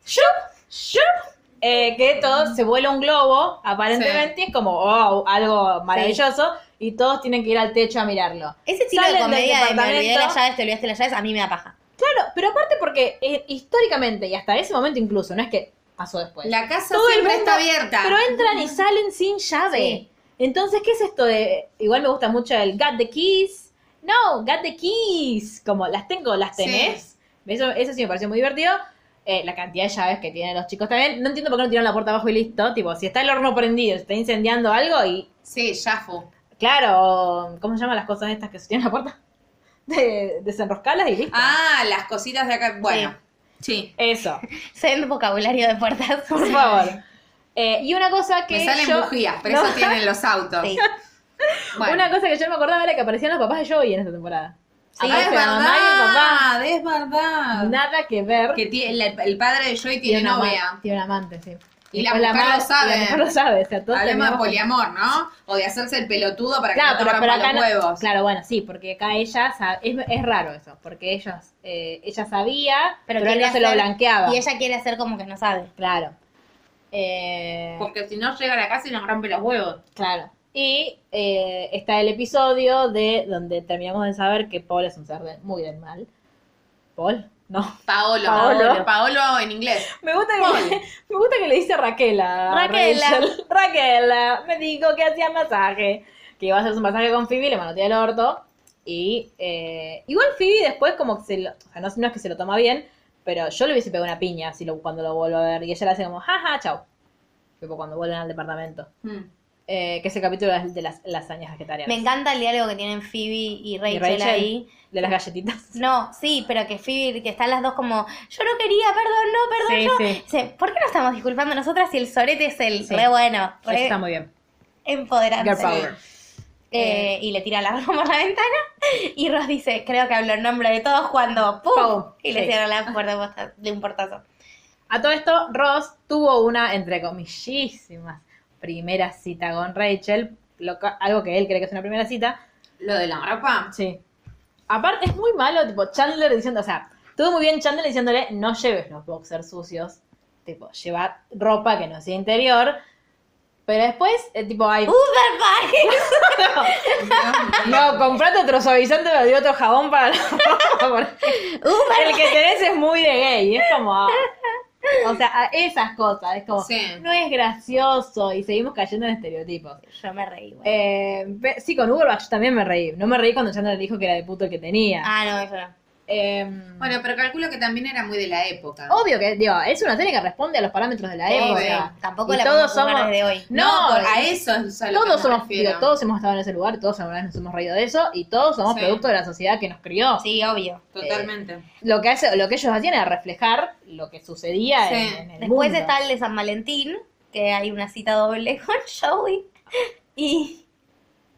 S1: ¡shup! ¡shup! Eh, que todo se vuela un globo, aparentemente es como oh, algo maravilloso, y todos tienen que ir al techo a mirarlo.
S2: Ese estilo de
S1: Salen del
S2: comedia de me olvidé
S1: departamento.
S2: las llaves, te olvidaste las llaves, a mí me da paja.
S1: Claro, pero aparte porque eh, históricamente y hasta ese momento incluso, no es que pasó después.
S3: la casa
S1: Todo el
S3: siempre
S1: mundo-
S3: está abierta.
S1: Pero entran y salen sin llave.
S2: Sí.
S1: Entonces, ¿qué es esto de.? Igual me gusta mucho el got the keys. No, got the keys. Como las tengo, las
S3: Sí.
S1: tenés. Eso, eso sí me pareció muy divertido. Eh, la cantidad de llaves que tienen los chicos también. No entiendo por qué no tiran la puerta abajo y listo. Tipo, si está el horno prendido, se está incendiando algo y.
S3: Sí, Jafu.
S1: Claro, ¿cómo se llaman las cosas estas que se tienen la puerta? De, desenroscalas y listo.
S3: Ah, las cositas de acá. Bueno. Sí.
S1: Eso,
S2: Sé el vocabulario de puertas.
S1: por favor. Eh, y una cosa que.
S3: Me salen
S1: yo-
S3: bujías, pero
S1: No.
S3: eso tienen los autos.
S2: Sí.
S3: Bueno.
S1: Una cosa que yo no me acordaba era que aparecían los papás de Joey en esta temporada.
S3: Ah,
S1: Aparece
S3: es
S1: la mamá y el papá.
S3: verdad, es verdad.
S1: Nada que ver.
S3: Que tiene, la- el padre de Joy tiene
S1: una ama-
S3: novia.
S1: Tiene un amante, sí.
S3: Y la
S1: después
S3: mujer
S1: ama-
S3: lo sabe.
S1: y La mujer lo sabe. O sea, todos
S3: Hablemos de
S1: terminamos-
S3: poliamor, ¿no? O de hacerse el pelotudo para que
S1: Claro,
S3: no te
S1: pero,
S3: rompan
S1: pero
S3: los
S1: acá no-
S3: huevos.
S1: Claro, bueno, sí, porque acá ella sa- es, es raro eso, porque ellos, eh, ella sabía, pero, él
S2: quiere
S1: no se lo
S2: hacer-
S1: blanqueaba.
S2: Y ella quiere hacer como que no sabe.
S1: Claro. Eh,
S3: Porque si no llega a la casa y nos rompe los huevos.
S1: Claro. Y eh, está el episodio de donde terminamos de saber que Paul es un ser de- muy del mal. ¿Paul? No.
S3: Paolo.
S1: Paolo.
S3: Paolo en inglés.
S1: Me gusta que, me gusta que le dice Raquela.
S2: Raquela.
S1: Raquela. Me dijo que hacía masaje. Que iba a hacer un masaje con Phoebe, le manotea el orto. Y eh, igual Phoebe después como que se lo... O sea, no, no es que se lo toma bien, pero yo le hubiese pegado una piña si lo, cuando lo vuelvo a ver. Y ella le hace como, jaja, chau. Tipo cuando vuelven al departamento.
S3: Mm.
S1: Eh, que ese capítulo es de las lasañas vegetarianas.
S2: Me encanta el diálogo que tienen Phoebe y Rachel,
S1: Rachel?
S2: ahí.
S1: De las galletitas.
S2: No, sí, pero que Phoebe, que están las dos como, yo no quería, perdón, no, perdón,
S1: Sí,
S2: yo.
S1: sí.
S2: Dice, ¿por qué no estamos disculpando nosotras si el sorete es el
S1: Sí.
S2: re bueno?
S1: Eso
S2: Re
S1: está muy bien.
S2: empoderante.
S1: Girl power.
S2: Eh, y le tira la ropa por la ventana. Y Ross dice, creo que hablo en nombre de todos cuando ¡pum!
S1: Pum,
S2: Y le
S1: sí.
S2: cierra la puerta posta- de un portazo.
S1: A todo esto, Ross tuvo una, entre comillísimas, primera cita con Rachel, lo ca- algo que él cree que es una primera cita.
S3: Lo de la ropa.
S1: Sí. Aparte, es muy malo, tipo, Chandler diciendo, o sea, todo muy bien Chandler diciéndole, no lleves los boxers sucios, tipo, lleva ropa que no sea interior. Pero después, eh, tipo, ay,
S2: ¡Uber Pie!
S1: no, comprate otro suavizante de otro jabón para la ropa, porque El que tenés es muy de gay, es como... ah. O sea, a esas cosas, es como...
S3: Sí.
S1: No es gracioso y seguimos cayendo en estereotipos.
S2: Yo me reí, güey.
S1: Eh, pe- sí, con Uberbach yo también me reí. No me reí cuando Chandler dijo que era de puto el que tenía.
S2: Ah, no, yo no.
S1: Em,
S3: Bueno, pero calculo que también era muy de la época.
S1: obvio que, digo, es una serie que responde a los parámetros de la
S2: Sí,
S1: época.
S2: sí. Eh, Tampoco
S1: Y
S2: la
S1: todos
S2: podemos
S1: somos...
S2: jugar desde hoy.
S1: No,
S3: por-
S1: porque
S3: a eso es a lo
S1: todos
S3: que me
S1: somos,
S3: refiero.
S1: digo, todos hemos estado en ese lugar, todos alguna vez nos hemos reído de eso y todos somos
S3: Sí.
S1: producto de la sociedad que nos crió.
S2: Sí, obvio.
S3: Totalmente.
S1: Lo que, hace, lo que ellos hacían era reflejar lo que sucedía
S3: Sí.
S1: en, en el
S2: Después
S1: mundo.
S2: está el de San Valentín, que hay una cita doble con Joey. Y.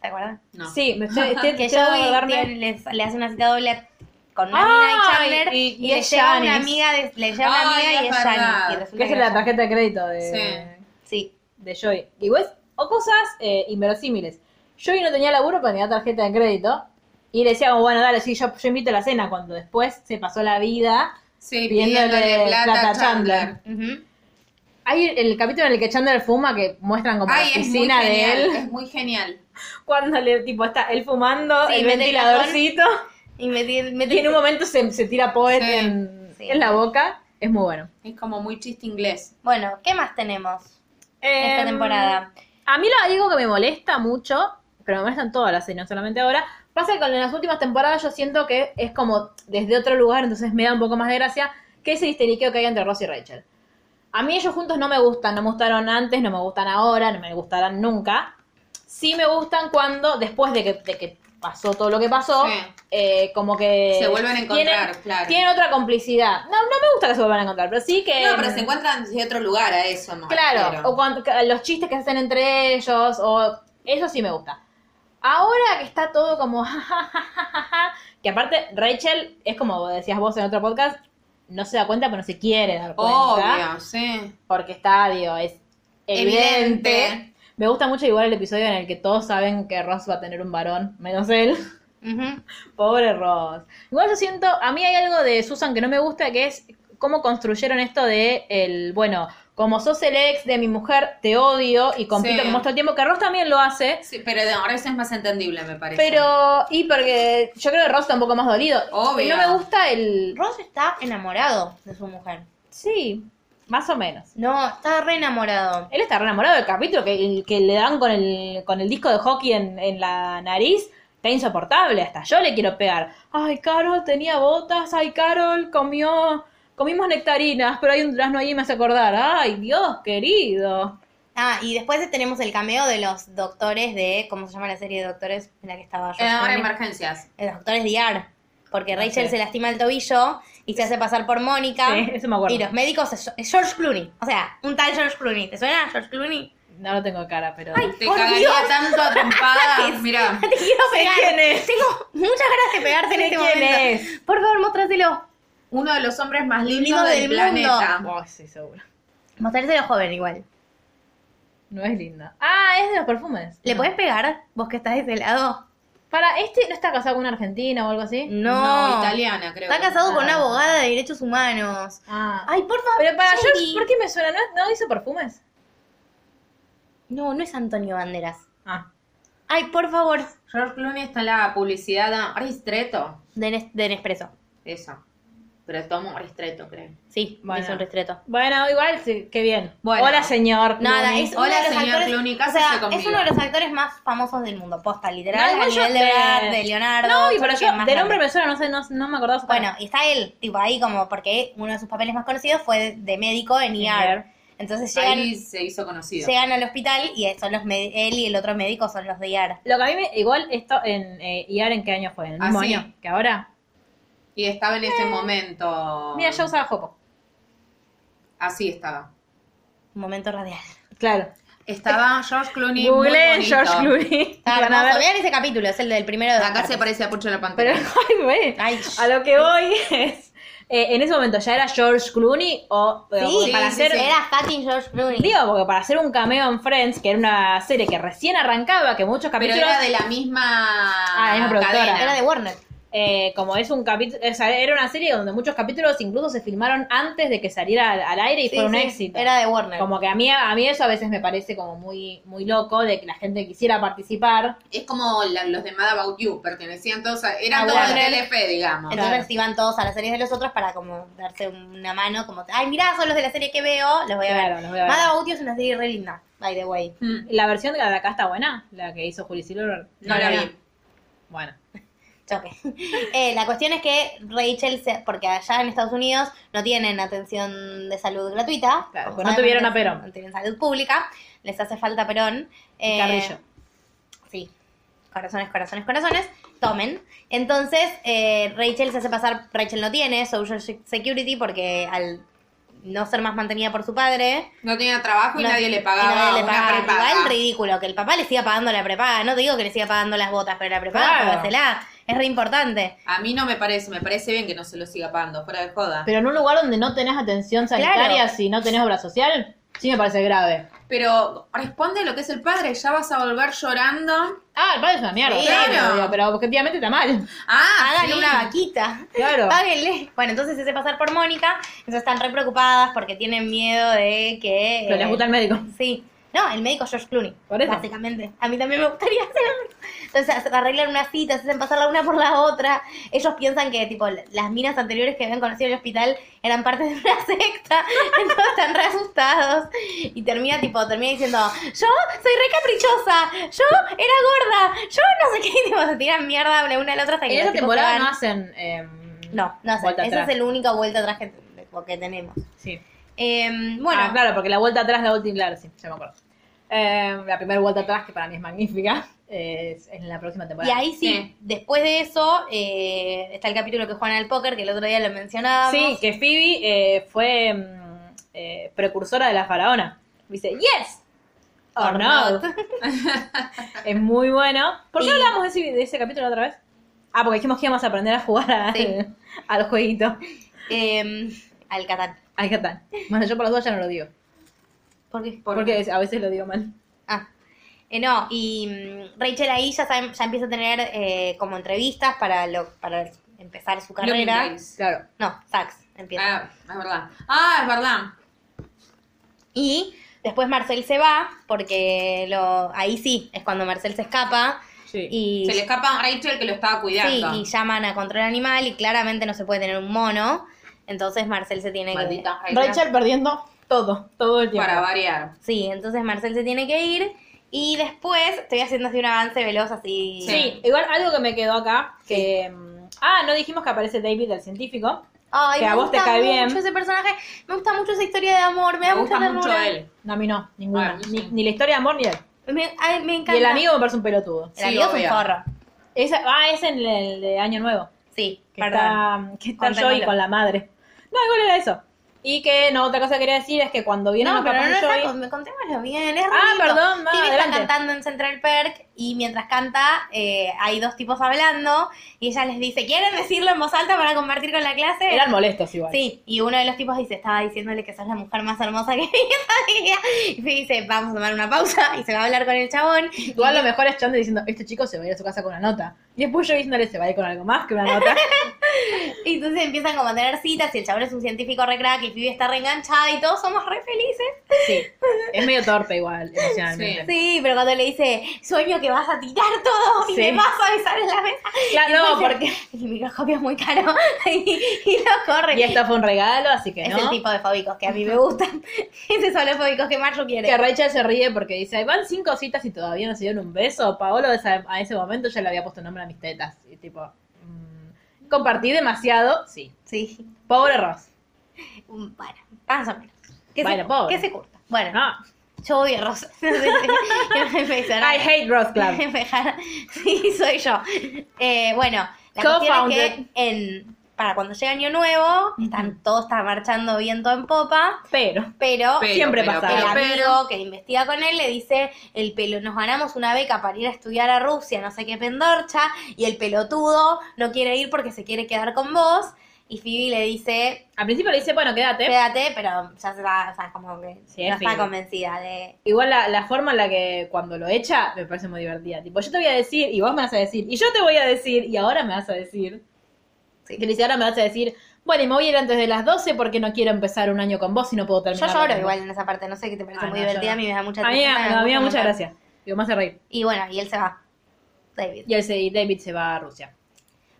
S2: ¿Te acuerdas?
S3: no.
S1: Sí, me estoy, estoy,
S2: Que
S1: estoy de
S2: Joey
S1: acordarme.
S2: tiene- les- le hace una cita doble a- con una
S1: Ay,
S2: mina y Chandler.
S1: y-
S2: Y,
S1: y
S2: le
S1: es
S2: lleva una
S1: Janice.
S2: amiga, de- le lleva una
S3: Ay,
S2: amiga y
S3: es
S2: es Janice,
S3: verdad.
S2: y resulta
S1: Que es
S2: que
S1: la
S2: era-
S1: tarjeta de crédito de,
S2: Sí.
S1: de Joey. Y vos, o cosas eh, inverosímiles. Joey no tenía laburo, pero tenía tarjeta de crédito. Y le decía, como, bueno, dale, sí, yo, yo invito a la cena. Cuando después se pasó la vida
S3: Sí,
S1: pidiéndole, plata, a Chandler.
S2: Ujú.
S1: Hay el, el capítulo en el que Chandler fuma que muestran como la
S3: Ay, es muy
S1: oficina de
S3: genial,
S1: él.
S3: es muy genial.
S1: Cuando le, tipo, está él fumando,
S2: Sí,
S1: el
S2: mete el
S1: ventiladorcito.
S2: Y me, tiene- me
S1: Y en
S2: tiene-
S1: un momento se, se tira poet
S3: Sí,
S1: en,
S2: sí.
S1: en la boca. Es muy bueno.
S3: Es como muy chiste inglés.
S2: Bueno, ¿qué más tenemos esta
S1: Em,
S2: temporada?
S1: A mí lo algo que me molesta mucho, pero me molestan todas las series, no solamente ahora, pasa que con las últimas temporadas yo siento que es como desde otro lugar, entonces me da un poco más de gracia, que ese histeriqueo que hay entre Ross y Rachel. A mí ellos juntos no me gustan, no me gustaron antes, no me gustan ahora, no me gustarán nunca. Sí me gustan cuando, después de que, de que pasó todo lo que pasó,
S3: Sí.
S1: eh, como que...
S3: Se vuelven a encontrar,
S1: tienen,
S3: claro.
S1: Tienen otra complicidad. No, no me gusta que se vuelvan a encontrar, pero sí que...
S3: no, pero se encuentran desde otro lugar a eso, ¿no?
S1: Claro,
S3: Pero-
S1: o cuando, ca- los chistes que se hacen entre ellos, o eso sí me gusta. Ahora que está todo como... que aparte Rachel es como decías vos en otro podcast, no se da cuenta, pero no se quiere dar cuenta.
S3: Obvio, sí.
S1: Porque está, digo, es evidente.
S3: Evidente.
S1: Me gusta mucho igual el episodio en el que todos saben que Ross va a tener un varón, menos él.
S2: Ujú.
S1: Pobre Ross. Igual yo siento, a mí hay algo de Susan que no me gusta, que es cómo construyeron esto de el, bueno, como sos el ex de mi mujer, te odio y compito
S3: Sí.
S1: con vos todo el tiempo, que Ross también lo hace,
S3: Sí, pero de ahora eso es más entendible, me parece.
S1: pero, y porque yo creo que Ross está un poco más dolido.
S3: Obvio.
S1: Y no me gusta el,
S2: Ross está enamorado de su mujer.
S1: sí, más o menos.
S2: No, está re enamorado.
S1: Él está re enamorado del capítulo que, que le dan con el, con el disco de hockey en, en la nariz. Está insoportable, hasta yo le quiero pegar. Ay, Carol tenía botas, ay, Carol comió, comimos nectarinas, pero hay un durazno ahí y me hace acordar. Ay, Dios querido.
S2: Ah, y después tenemos el cameo de los doctores de, ¿cómo se llama la serie de doctores en la que estaba yo?
S3: Eh, ahora emergencias.
S2: Eh, los doctores DR. Porque Rachel
S1: sí.
S2: se lastima el tobillo y se hace pasar por Mónica.
S1: Sí, eso me acuerdo.
S2: Y los médicos es es George Clooney. O sea, un tal George Clooney. ¿Te suena George Clooney?
S1: No lo tengo cara, pero.
S3: Te
S2: por
S3: cagaría
S2: Dios.
S3: tanto a trompadas. Mira,
S2: Te quiero pegar.
S1: quién es.
S2: Tengo muchas ganas de pegarte en
S1: Sé
S2: este
S1: quién
S2: momento.
S1: es.
S2: Por favor, mostráselo.
S3: uno de los hombres más lindos
S2: Lindo
S3: del,
S2: del
S3: planeta.
S1: Oh, sí, seguro.
S2: Mostrárselo joven igual.
S1: No es linda. Ah, es de los perfumes.
S2: ¿Le
S1: No.
S2: podés pegar? ¿Vos que estás de ese lado?
S1: Para, ¿este no está casado con una argentina o algo así?
S2: No.
S3: italiana, creo.
S2: Está casado con una
S1: Ah.
S2: abogada de derechos humanos.
S1: Ah.
S2: Ay, por favor.
S1: pero para
S2: Judy.
S1: George, ¿por qué me suena? ¿No, no hizo perfumes?
S2: No, no es Antonio Banderas.
S1: Ah.
S2: Ay, por favor.
S3: George Clooney está en la publicidad de Ristreto.
S2: De, Nes- de Nespresso.
S3: Eso. Pero tomo Ristreto, creo.
S2: Sí,
S1: Bueno.
S2: hizo un restreto.
S1: Bueno, igual, sí, qué bien.
S3: Bueno.
S1: Hola, señor.
S2: Nada,
S1: Clooney.
S2: es uno
S3: Hola,
S2: de los
S3: señor
S2: actores,
S3: Clooney,
S2: o
S3: cásese
S2: sea, es
S3: conmigo.
S2: uno de los actores más famosos del mundo, posta, literal,
S1: No,
S2: a
S1: igual yo
S2: nivel de
S1: te-
S2: Brad, de Leonardo.
S1: No, y
S2: son
S1: pero
S2: los
S1: yo,
S2: que más
S1: de
S2: nombran.
S1: nombre me suena, no sé, no, no me acordaba su cara.
S2: Bueno, y está él, tipo ahí como, porque uno de sus papeles más conocidos fue de, de médico en
S1: E
S2: ER. Entonces llegan,
S3: Ahí se hizo conocido.
S2: llegan al hospital y son los med- él y el otro médico son los de ER.
S1: Lo que a mí me, igual esto en eh, IAR en qué año fue, en el
S3: Ah,
S1: mismo
S3: sí.
S1: año que ahora.
S3: Y estaba en ese momento.
S1: Mira, yo usaba Jopo.
S3: Así estaba.
S2: Un momento radial.
S1: Claro.
S3: Estaba George Clooney.
S1: Google
S3: muy bonito. Ah,
S1: George Clooney.
S2: Está
S1: Van a
S2: hermoso.
S1: ver.
S2: Vean ese capítulo, es el del primero de
S3: Acá
S2: Descartes.
S3: se parece a Pucho la Pantera.
S1: Pero, ay, güey,
S2: Ay,
S1: a lo que voy es, eh, en ese momento ya era George Clooney o...
S2: Sí,
S1: o para
S3: sí,
S1: hacer
S3: sí.
S2: era fucking George Clooney.
S1: Digo, porque para hacer un cameo en Friends, que era una serie que recién arrancaba, que muchos
S3: Pero
S1: capítulos...
S3: era de la misma.
S1: Ah, es productora.
S3: cadena.
S2: Era de Warner.
S1: Eh, como es un capítulo, o sea, era una serie donde muchos capítulos incluso se filmaron antes de que saliera al, al aire y
S2: Sí,
S1: fue un
S2: sí,
S1: éxito.
S2: Era de Warner.
S1: Como que a mí, a mí eso a veces me parece como muy, muy loco de que la gente quisiera participar.
S3: Es como la- los de Mad About You, pertenecían todos a. Eran
S2: A
S3: todos de
S2: Warner.
S3: Telefe, digamos.
S2: Entonces
S1: Claro.
S2: iban todos a las series de los otros para como darse una mano, como, ay, mirá, son los de la serie que veo, los voy a
S1: Claro,
S2: ver.
S1: los voy a ver.
S2: Mad About You es una serie re linda, by the way.
S3: Mm,
S1: La versión de la de acá está buena, la que hizo Juli Silver.
S3: No la vi.
S1: Bueno.
S2: Choque. Eh, la cuestión es que Rachel, se- porque allá en Estados Unidos no tienen atención de salud gratuita.
S1: Claro,
S2: como
S1: pues no
S2: sabemos,
S1: tuvieron
S2: no-
S1: a Perón.
S2: No tienen salud pública, les hace falta Perón. Eh,
S1: Carrillo.
S2: Sí. Corazones, corazones, corazones. Tomen. Entonces, eh, Rachel se hace pasar. Rachel no tiene Social Security porque al no ser más mantenida por su padre.
S3: No tenía trabajo y
S2: no-
S3: nadie le
S2: y
S3: pagaba.
S2: nadie le
S3: una
S2: pagaba.
S3: prepaga.
S2: Igual ridículo que el papá le siga pagando la prepaga. No te digo que le siga pagando las botas, pero la prepaga,
S1: Claro.
S2: págasela. Es re importante.
S3: A mí no me parece, me parece bien que no se lo siga pagando, fuera de joda. Pero,
S1: Pero en un lugar donde no tenés atención sanitaria,
S2: Claro.
S1: si no tenés obra social, sí me parece grave.
S3: responde lo que es el padre, ya vas a volver llorando.
S1: Ah, el padre es una mierda.
S3: Sí,
S1: claro,
S3: claro.
S1: digo, pero objetivamente está mal.
S3: Ah,
S2: Háganle
S3: sí.
S2: una vaquita.
S1: Claro.
S2: Páguenle. Bueno, entonces se hace pasar por Mónica. Entonces están re preocupadas porque tienen miedo de que.
S1: Pero les
S2: eh,
S1: gusta el médico.
S2: Sí. No, el médico George Clooney.
S1: Por eso.
S2: Básicamente. A mí también me gustaría hacerlo. Entonces arreglan una cita, se hacen pasar la una por la otra. Ellos piensan que, tipo, las minas anteriores que habían conocido en el hospital eran parte de una secta. Entonces están re asustados. Y termina, tipo, termina diciendo, yo soy re caprichosa, yo era gorda, yo no sé qué. Y, tipo, se tiran mierda la una a la otra hasta que
S1: En esa
S2: los tipos
S1: temporada no
S2: estaban-
S1: hacen. eh,
S2: no, no sé.
S1: Vuelta
S2: Ese
S1: atrás.
S2: es el único vuelta atrás que, que tenemos.
S1: Sí.
S2: Em, bueno,
S1: Ah, claro, porque la vuelta atrás, la vuelta, claro, sí, ya me acuerdo. Eh, la primera vuelta atrás, que para mí es magnífica, es en la próxima
S2: y
S1: temporada.
S2: ahí sí,
S3: Sí.
S2: después de eso, eh, está el capítulo que juegan al póker, que el otro día lo mencionábamos.
S1: Sí, que Phoebe eh, fue mm, eh, precursora de la faraona. Dice, yes, or,
S2: Or
S1: not.
S2: not.
S1: es muy bueno. ¿Por qué
S2: Y-
S1: hablamos de ese, de ese capítulo la otra vez? Ah, porque dijimos que íbamos a aprender a jugar a-
S2: Sí.
S1: al jueguito.
S2: Em, al Catán.
S1: Al Catán. Bueno, yo por las dudas ya no lo digo.
S2: ¿Por qué?
S3: ¿Por
S1: porque a veces lo digo mal.
S2: Ah. Eh, no, y mm, Rachel ahí ya, saben- ya empieza a tener eh, como entrevistas para, lo, para empezar su carrera.
S3: Bloomingdale's.
S1: Claro.
S2: No, Sachs empieza.
S3: Ah, es verdad. Ah, es verdad.
S2: Y después Marcel se va, porque lo, ahí sí, es cuando Marcel se escapa.
S1: Sí.
S2: Y
S3: Se le escapa a Rachel que lo estaba
S2: Sí,
S3: cuidando.
S2: y llaman a control animal y claramente no se puede tener un mono. Entonces Marcel se tiene
S3: Maldita
S2: que
S3: Heidi.
S1: Rachel perdiendo todo, todo el tiempo.
S3: Para variar.
S2: Sí, entonces Marcel se tiene que ir. Y después estoy haciendo así un avance veloz así.
S1: Sí, igual algo que me quedó acá, que... mm, Ah, no dijimos que aparece David, el científico.
S2: Ay,
S1: Que
S2: me
S1: a vos te
S2: gusta
S1: cae
S2: mucho
S1: bien.
S2: ese personaje. Me gusta mucho esa historia de amor. Me,
S3: Me
S2: da
S3: gusta
S2: mucha
S3: mucho
S2: ternura.
S3: él.
S1: No, a mí no, ninguna.
S3: Ah, sí.
S1: ni, ni la historia de amor ni él.
S2: Me, ay, me encanta.
S1: Y el amigo me parece un pelotudo.
S2: El
S3: Sí,
S2: amigo es un
S3: obvio.
S2: zorro.
S1: Esa, ah, es en el de Año Nuevo.
S2: Sí,
S1: Que
S2: perdón.
S1: está, mm, que está
S2: Contémoslo.
S1: Joey con la madre. No, igual era eso. Y que, no, otra cosa que quería decir es que cuando vienen
S2: No,
S1: los
S2: pero
S1: papás
S2: no
S1: de Joey...
S2: está, me contémoslo bien, es
S1: Ah,
S2: rarito.
S1: perdón, va,
S2: Phoebe está
S1: adelante.
S2: cantando en Central Perk y mientras canta eh, hay dos tipos hablando y ella les dice, ¿quieren decirlo en voz alta para compartir con la clase?
S1: Eran molestos igual.
S2: Sí, y uno de los tipos dice, estaba diciéndole que sos la mujer más hermosa que vi en la vida. Y Phoebe dice, vamos a tomar una pausa y se va a hablar con el chabón.
S1: Igual lo mejor es Chandler diciendo, este chico se va a ir a su casa con una nota. Y después yo diciéndole, se va a ir con algo más que una nota.
S2: Y entonces empiezan como a tener citas y el chabón es un científico re crack y Phoebe está reenganchada y todos somos re felices.
S1: Sí, es medio torpe igual, emocionalmente.
S2: Sí, pero cuando le dice, sueño que vas a tirar todo y
S1: Sí.
S2: me vas a besar en la mesa.
S1: Claro, no,
S2: Entonces,
S1: porque...
S2: El microscopio es muy caro y, y lo corre.
S1: Y esto fue un regalo, así que
S2: es
S1: no.
S2: el tipo de fóbicos que a mí me gustan. Esos son los fóbicos que Marjo quiere.
S1: Que Rachel se ríe porque dice, "Ay, van cinco citas y todavía no se dieron un beso. Paolo esa- a ese momento ya le había puesto nombre a mis tetas. Y tipo, mm, compartí demasiado, sí.
S2: Sí.
S1: Pobre Ross.
S2: Bueno, más o menos. ¿Qué
S1: Bueno,
S2: se,
S1: pobre.
S2: ¿Qué se curta? Bueno,
S1: No.
S2: yo odio a Rosa. No sé si- empezar a-
S1: I hate Ross Club.
S2: empezar- Sí, soy yo. Eh, bueno, la cuestión es que
S1: Co-founded.
S2: en, para cuando llega Año Nuevo, están, todo está marchando viento en popa,
S1: Pero,
S2: pero...
S3: Pero,
S1: siempre
S3: pero,
S1: pasa.
S2: el
S3: pero,
S2: amigo que investiga con él le dice, el pelo, nos ganamos una beca para ir a estudiar a Rusia, no sé qué pendorcha, y el pelotudo no quiere ir porque se quiere quedar con vos, y Phoebe le dice,
S1: al principio le dice, bueno, quédate.
S2: quédate, pero ya se va, o sea, como que
S1: Sí,
S2: no
S1: es
S2: está
S1: Phoebe.
S2: convencida de...
S1: Igual la, la forma en la que cuando lo echa me parece muy divertida. Tipo, yo te voy a decir y vos me vas a decir y yo te voy a decir y ahora me vas a decir.
S2: Sí.
S1: Que le dice, ahora me vas a decir, bueno, y me voy a ir antes de las 12 porque no quiero empezar un año con vos y no puedo
S2: Yo
S1: terminar.
S2: lloro igual en esa parte, no sé qué te parece
S1: Ah,
S2: muy
S1: no,
S2: divertida,
S1: yo
S2: a mí me da mucha
S1: A mí me-
S2: tristeza, me
S1: no, a mí me da
S2: gusta
S1: mucha
S2: mucho.
S1: gracia. Digo, más a reír.
S2: Y bueno, y él se va, David.
S1: Y, él se- y David se va a Rusia.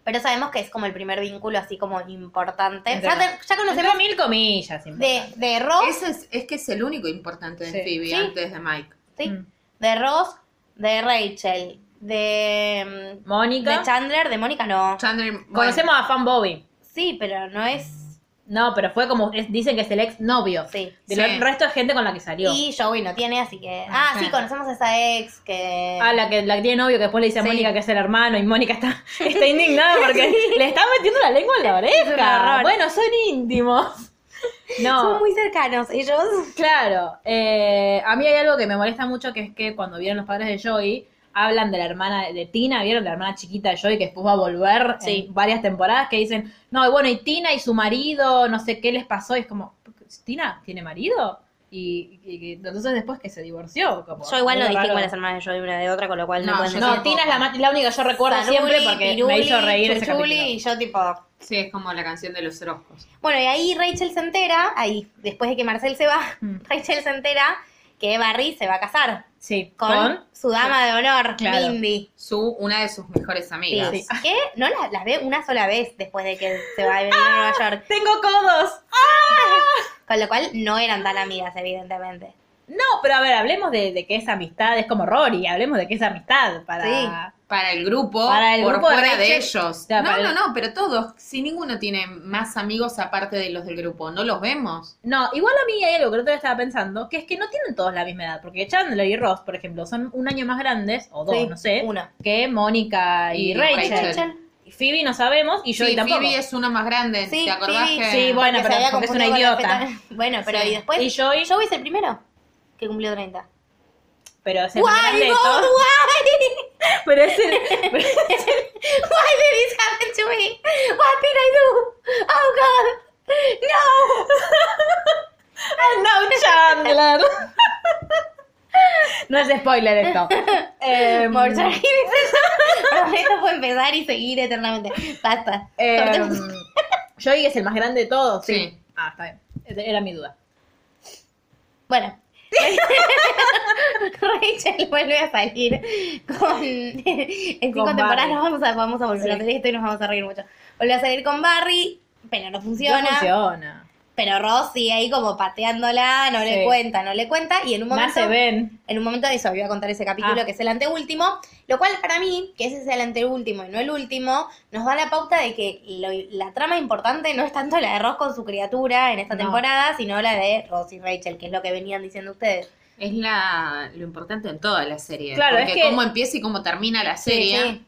S2: Pero sabemos que es como el primer vínculo así como importante.
S1: Entre
S2: Ya, te-
S1: los-
S2: ya
S1: Entre
S2: conocemos
S1: mil comillas.
S2: de, de Ross,
S3: Ese es, es que es el único importante de
S1: Sí.
S3: Phoebe
S2: Sí.
S3: antes de Mike.
S2: ¿sí?
S1: Mm.
S2: de Ross, de Rachel, de, mm,
S1: Mónica.
S2: de Chandler, de Mónica no.
S3: Chandler, bueno,
S1: Conocemos a Fan Bobby.
S2: Sí, pero no es...
S1: No, pero fue como, es- dicen que es el ex novio.
S2: Sí.
S1: Del
S3: Sí.
S1: resto de gente con la que salió.
S2: Y Joey no tiene, así que... Ah, sí,
S3: Ajá.
S2: conocemos a esa ex que...
S1: Ah, la que, la que tiene novio que después le dice a
S2: Sí.
S1: Mónica que es el hermano y Mónica está, está indignada porque le está metiendo la lengua en la
S2: un
S1: oreja.
S2: horror.
S1: Bueno, son íntimos. No,
S2: Son muy cercanos ellos.
S1: claro. Eh, a mí hay algo que me molesta mucho que es que cuando vieron los padres de Joey, hablan de la hermana de Tina, vieron la hermana chiquita de Joey que después va a volver
S2: Sí.
S1: en varias temporadas que dicen, no, y bueno, y Tina y su marido, no sé qué les pasó, y es como, ¿Tina tiene marido? Y, y- y entonces después que se divorció. Como,
S2: Yo igual no
S1: muy raro.
S2: distingo a las hermanas de Joey una de otra, con lo cual no,
S3: No,
S2: pueden
S3: yo
S2: decir-
S1: No,
S3: tampoco.
S1: Tina es la, más- la única que yo recuerdo
S2: Saruli,
S1: siempre porque me
S2: Piruli,
S1: hizo reír ese
S2: Chuchuli,
S1: capítulo.
S2: y yo tipo...
S3: Sí, es como la canción de los rojos.
S2: Bueno, y ahí Rachel se entera, ahí, después de que Marcel se va,
S1: Mm.
S2: Rachel se entera que Barry se va a casar
S1: Sí,
S2: con, su dama de honor,
S1: Claro.
S2: Mindy.
S3: Su, una de sus mejores
S2: Sí.
S3: amigas.
S2: Que no la- las ve una sola vez después de que se va a venir a Nueva York.
S1: Tengo codos.
S2: Con lo cual no eran tan amigas, evidentemente.
S1: No, pero a ver, hablemos de, de que es amistad, es como Rory, hablemos de que es amistad para...
S2: Sí.
S3: Para el grupo,
S1: Para el
S3: por
S1: grupo de
S3: fuera de,
S1: Rachel.
S3: ellos.
S1: Ya,
S3: no,
S1: para
S3: no,
S1: el-
S3: no, pero todos. Si ninguno tiene más amigos aparte de los del grupo, no los vemos.
S1: No, igual a mí hay algo que el otro día estaba pensando, que es que no tienen todos la misma edad, porque Chandler y Ross, por ejemplo, son un año más grandes, o dos,
S2: Sí,
S1: no sé,
S2: Uno.
S1: que Mónica y,
S3: Y
S1: Rachel.
S3: Rachel.
S1: Y Phoebe no sabemos, y yo
S3: sí,
S1: y tampoco.
S3: Phoebe es uno más grande,
S2: Sí,
S3: ¿te acordás?
S2: Phoebe.
S3: que-
S1: Sí, bueno.
S2: Porque
S1: pero
S2: se había
S1: porque es una
S2: confundido con
S1: idiota.
S2: la feta- Bueno, pero
S3: Sí.
S2: y después.
S1: Y Joey-
S2: Joey es el primero que cumplió 30.
S1: Pero es el más grande
S2: Why,
S1: de
S2: God,
S1: todos.
S2: why?
S1: Pero es el- pero es el
S2: Why did this happen to me? What did I do? Oh, God. No.
S1: No, Chandler. No es spoiler esto. Eh,
S2: Mortar. Perdón, esto puede empezar y seguir eternamente. Basta.
S1: eh,
S2: Cortemos.
S1: Joey es el más grande de todos.
S3: Sí.
S1: Ah, está bien. Era mi duda.
S2: Bueno. Rachel vuelve a salir con... En cinco
S1: Con
S2: temporadas
S1: Barry.
S2: nos vamos a, vamos a volver a hacer esto y nos vamos a reír mucho. Vuelve a salir con Barry, pero no funciona.
S1: No funciona.
S2: Pero Ross sigue ahí como pateándola, no
S1: Sí.
S2: le cuenta, no le cuenta. Y en un
S1: Más
S2: momento...
S1: se ven.
S2: En un momento de eso, voy a contar ese capítulo
S1: Ah.
S2: que es el anteúltimo, lo cual para mí, que ese es el anteúltimo y no el último, nos da la pauta de que lo- la trama importante no es tanto la de Ross con su criatura en esta
S1: No.
S2: temporada, sino la de Ross y Rachel, que es lo que venían diciendo ustedes.
S3: Es la, lo importante en toda la serie.
S1: Claro,
S3: porque
S1: es que-
S3: cómo empieza y cómo termina la
S2: Sí,
S3: serie.
S1: ¿eh?
S2: sí.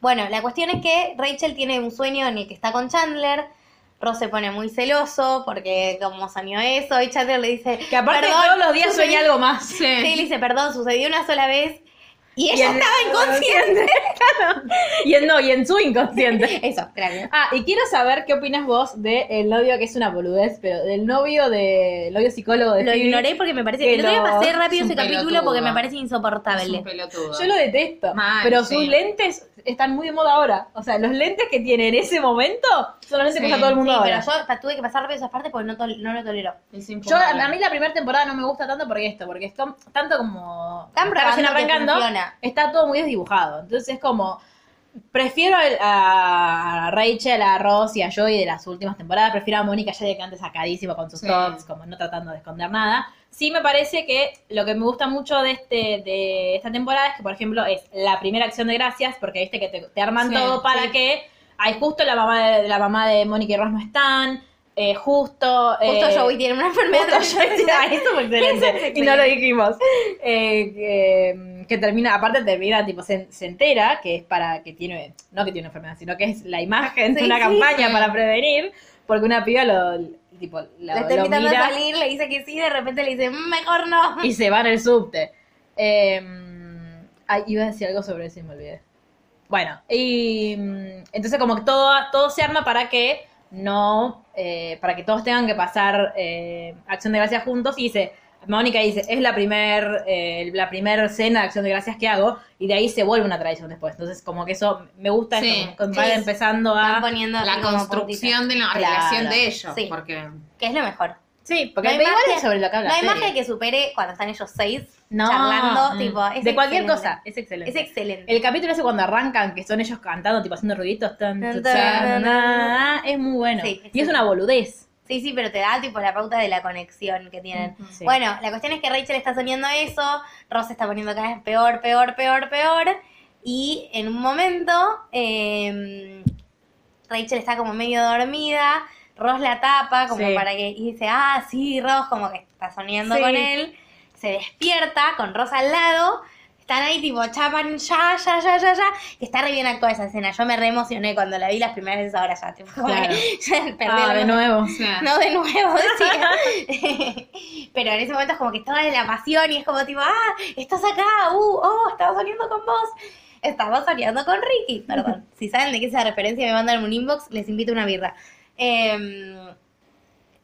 S2: Bueno, la cuestión es que Rachel tiene un sueño en el que está con Chandler. Ross se pone muy celoso porque como soñó eso y Chandler le dice...
S1: Que aparte
S2: "Perdón,
S1: todos los días
S2: sucedió-".
S1: sueña algo más.
S2: Sí, le dice, perdón, sucedió una sola vez y
S1: Y
S2: ella
S1: en-
S2: estaba inconsciente.
S1: Y en no, y en su inconsciente.
S2: Eso, gracias.
S1: Ah, y quiero saber qué opinas vos del novio, que es una boludez, pero del novio de el novio psicólogo de
S2: Lo
S1: Phoebe.
S2: ignoré porque me parece.
S1: que
S2: El otro día
S1: lo-
S2: pasé
S3: es
S2: rápido
S3: un
S2: ese capítulo
S3: pelotudo.
S2: porque me parece
S3: Es
S2: insoportable.
S3: un pelotudo.
S1: Yo lo detesto.
S3: Mal,
S1: pero
S3: sí.
S1: sus lentes están muy de moda ahora. O sea, los lentes que tiene en ese momento son los lentes que
S3: Sí.
S1: usa todo el
S2: Sí,
S1: mundo
S2: pero
S1: ahora.
S2: yo pa- tuve que pasar rápido esas partes porque no, tol- no lo tolero.
S3: Es
S1: Yo, a
S3: infumable.
S1: a mí la primera temporada no me gusta tanto porque esto, porque es tom- tanto como
S2: Están
S1: está recién
S2: probando que
S1: arrancando,
S2: funciona.
S1: está todo muy desdibujado. Entonces es como, prefiero el- a Rachel, a Ross y a Joey de las últimas temporadas, prefiero a Mónica ya de que antes sacadísima con sus
S3: Sí.
S1: tops, como no tratando de esconder nada. Sí me parece que lo que me gusta mucho de este de esta temporada es que, por ejemplo, es la primera acción de gracias, porque viste que te, te arman
S3: Sí,
S1: todo para
S3: sí.
S1: que, hay justo la mamá de, la mamá de Mónica y Ross no están, eh, justo...
S2: Justo
S1: eh,
S2: Joey tiene una enfermedad.
S1: Justo yo- Ah, eso fue excelente. Y no lo dijimos. Eh, eh, que termina, aparte termina, tipo, se, se entera que es para que tiene, no que tiene una enfermedad, sino que es la imagen de
S2: Sí,
S1: una
S2: sí,
S1: campaña
S3: sí.
S1: para prevenir, porque una piba lo, tipo, lo-
S2: La está
S1: lo
S2: invitando
S1: mira
S2: a salir, le dice que sí, de repente le dice, "Mm, mejor no.
S1: y se va en el subte. Eh, ay, iba a decir algo sobre eso y me olvidé. Bueno, y mm, entonces como que todo, todo se arma para que no, eh, para que todos tengan que pasar eh, Acción de Gracias juntos y dice, Mónica dice, es la primer, eh, la primer cena de Acción de Gracias que hago y de ahí se vuelve una tradición después. Entonces como que eso, me gusta
S3: Sí,
S1: eso, como que
S2: sí.
S1: van empezando
S2: Van
S1: a...
S2: poniendo así
S3: la
S2: como
S3: construcción de la
S1: Claro.
S3: relación de ellos.
S2: Sí.
S3: Porque
S2: puntita, que es lo mejor.
S1: Sí, porque
S2: No hay
S1: igual
S2: más
S1: es
S2: que-
S1: sobre lo que habla.
S2: No hay
S1: la
S2: más
S1: serie.
S2: que que supere cuando están ellos seis
S1: No,
S2: charlando,
S1: mm.
S2: tipo, es
S1: de cualquier
S2: excelente.
S1: cosa, es excelente.
S2: Es excelente.
S1: El capítulo ese cuando arrancan, que son ellos cantando, tipo haciendo ruiditos, tan,
S2: Tan,
S1: tu,
S2: tan,
S1: chan,
S2: tan,
S1: na, es muy bueno.
S2: Sí,
S1: y es
S2: sí.
S1: una boludez.
S2: Sí, sí, pero te da tipo la pauta de la conexión que tienen.
S1: Sí.
S2: Mm. Bueno, la cuestión es que Rachel está soñando eso, Ross está poniendo cada vez peor, peor, peor, peor, y en un momento eh, Rachel está como medio dormida, Ross la tapa como
S1: Sí.
S2: para que y dice, ah, sí, Ross, como que está soñando
S1: Sí.
S2: con él, se despierta con Ross al lado. Están ahí tipo chapan ya, ya, ya, ya, ya. Que está re bien actuada esa escena. Yo me re emocioné cuando la vi las primeras veces ahora ya. Tipo, como que
S1: Claro.
S2: ya perdí
S1: Ah,
S2: la
S1: de
S2: emoción.
S1: nuevo.
S3: o sea,
S2: No de nuevo, decía. Pero en ese momento es como que estaba en la pasión y es como tipo, ah, estás acá, uh, oh, estaba soñando con vos. Estaba soñando con Ricky. Perdón. si saben de qué es esa referencia, me mandan un inbox, les invito a una birra. Em,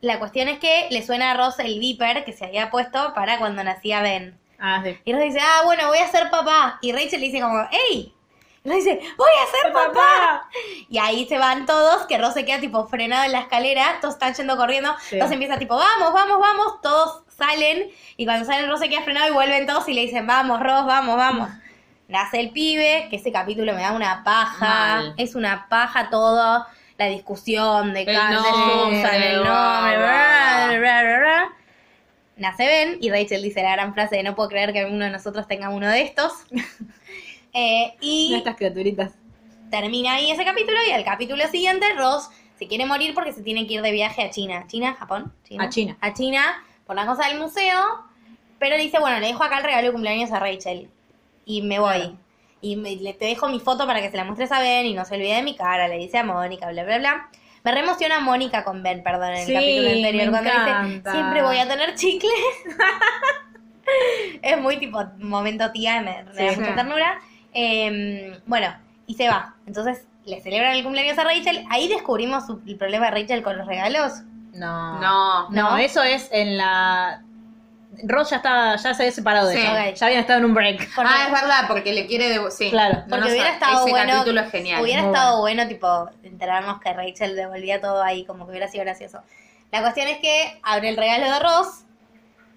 S2: la cuestión es que le suena a Ross el viper que se había puesto para cuando nacía Ben.
S1: Ah, sí.
S2: Y Ross dice, ah, bueno, voy a ser papá. Y Rachel le dice como, hey. Y Ross dice, voy a ser papá. Y ahí se van todos, que Ross se queda tipo frenado en la escalera, todos están yendo corriendo,
S1: Sí.
S2: entonces empieza tipo, vamos, vamos, vamos, todos salen y cuando salen Ross se queda frenado y vuelven todos y le dicen, vamos Ross, vamos, vamos. Nace el pibe, que ese capítulo me da una paja,
S3: Mal.
S2: es una paja todo, la discusión de
S3: El
S2: Carl, de
S3: nombre,
S2: Susan, el nombre,
S3: bla,
S2: bla, bla, bla, bla, bla. Nace Ben y Rachel dice la gran frase de no puedo creer que uno de nosotros tenga uno de estos. Eh, y
S1: Estas criaturitas.
S2: termina ahí ese capítulo y al capítulo siguiente Ross se quiere morir porque se tiene que ir de viaje a China. ¿China? ¿Japón?
S1: A China.
S2: A China, por la cosa del museo. Pero dice, bueno, le dejo acá el regalo de cumpleaños a Rachel. Y me voy. Y me- le, te dejo mi foto para que se la muestres a Ben y no se olvide de mi cara. Le dice a Mónica, bla, bla, bla. Me re emociona Mónica con Ben, perdón, en el
S1: Sí,
S2: capítulo
S1: me
S2: anterior. cuando dice,
S1: encanta.
S2: siempre voy a tener chicle. es muy tipo momento tía, me, me da
S3: Sí.
S2: mucha ternura. Eh, bueno, y se va. Entonces le celebran el cumpleaños a Rachel. Ahí descubrimos su- el problema de Rachel con los regalos.
S1: No.
S3: No.
S1: No,
S2: ¿No?
S1: eso es en la. Ross ya estaba, ya se había separado de
S3: Sí.
S1: ella.
S2: Ok.
S1: Ya habían estado en un break.
S2: Porque-
S3: Ah, es verdad, porque le quiere devolver. Sí,
S1: Claro,
S3: No,
S2: Porque
S3: no
S2: hubiera
S3: sabe.
S2: estado
S3: Ese
S2: bueno.
S3: capítulo es genial.
S2: Hubiera
S1: Muy
S2: estado bueno. tipo, enterarnos que Rachel devolvía todo ahí, como que hubiera sido gracioso. La cuestión es que abre el regalo de Ross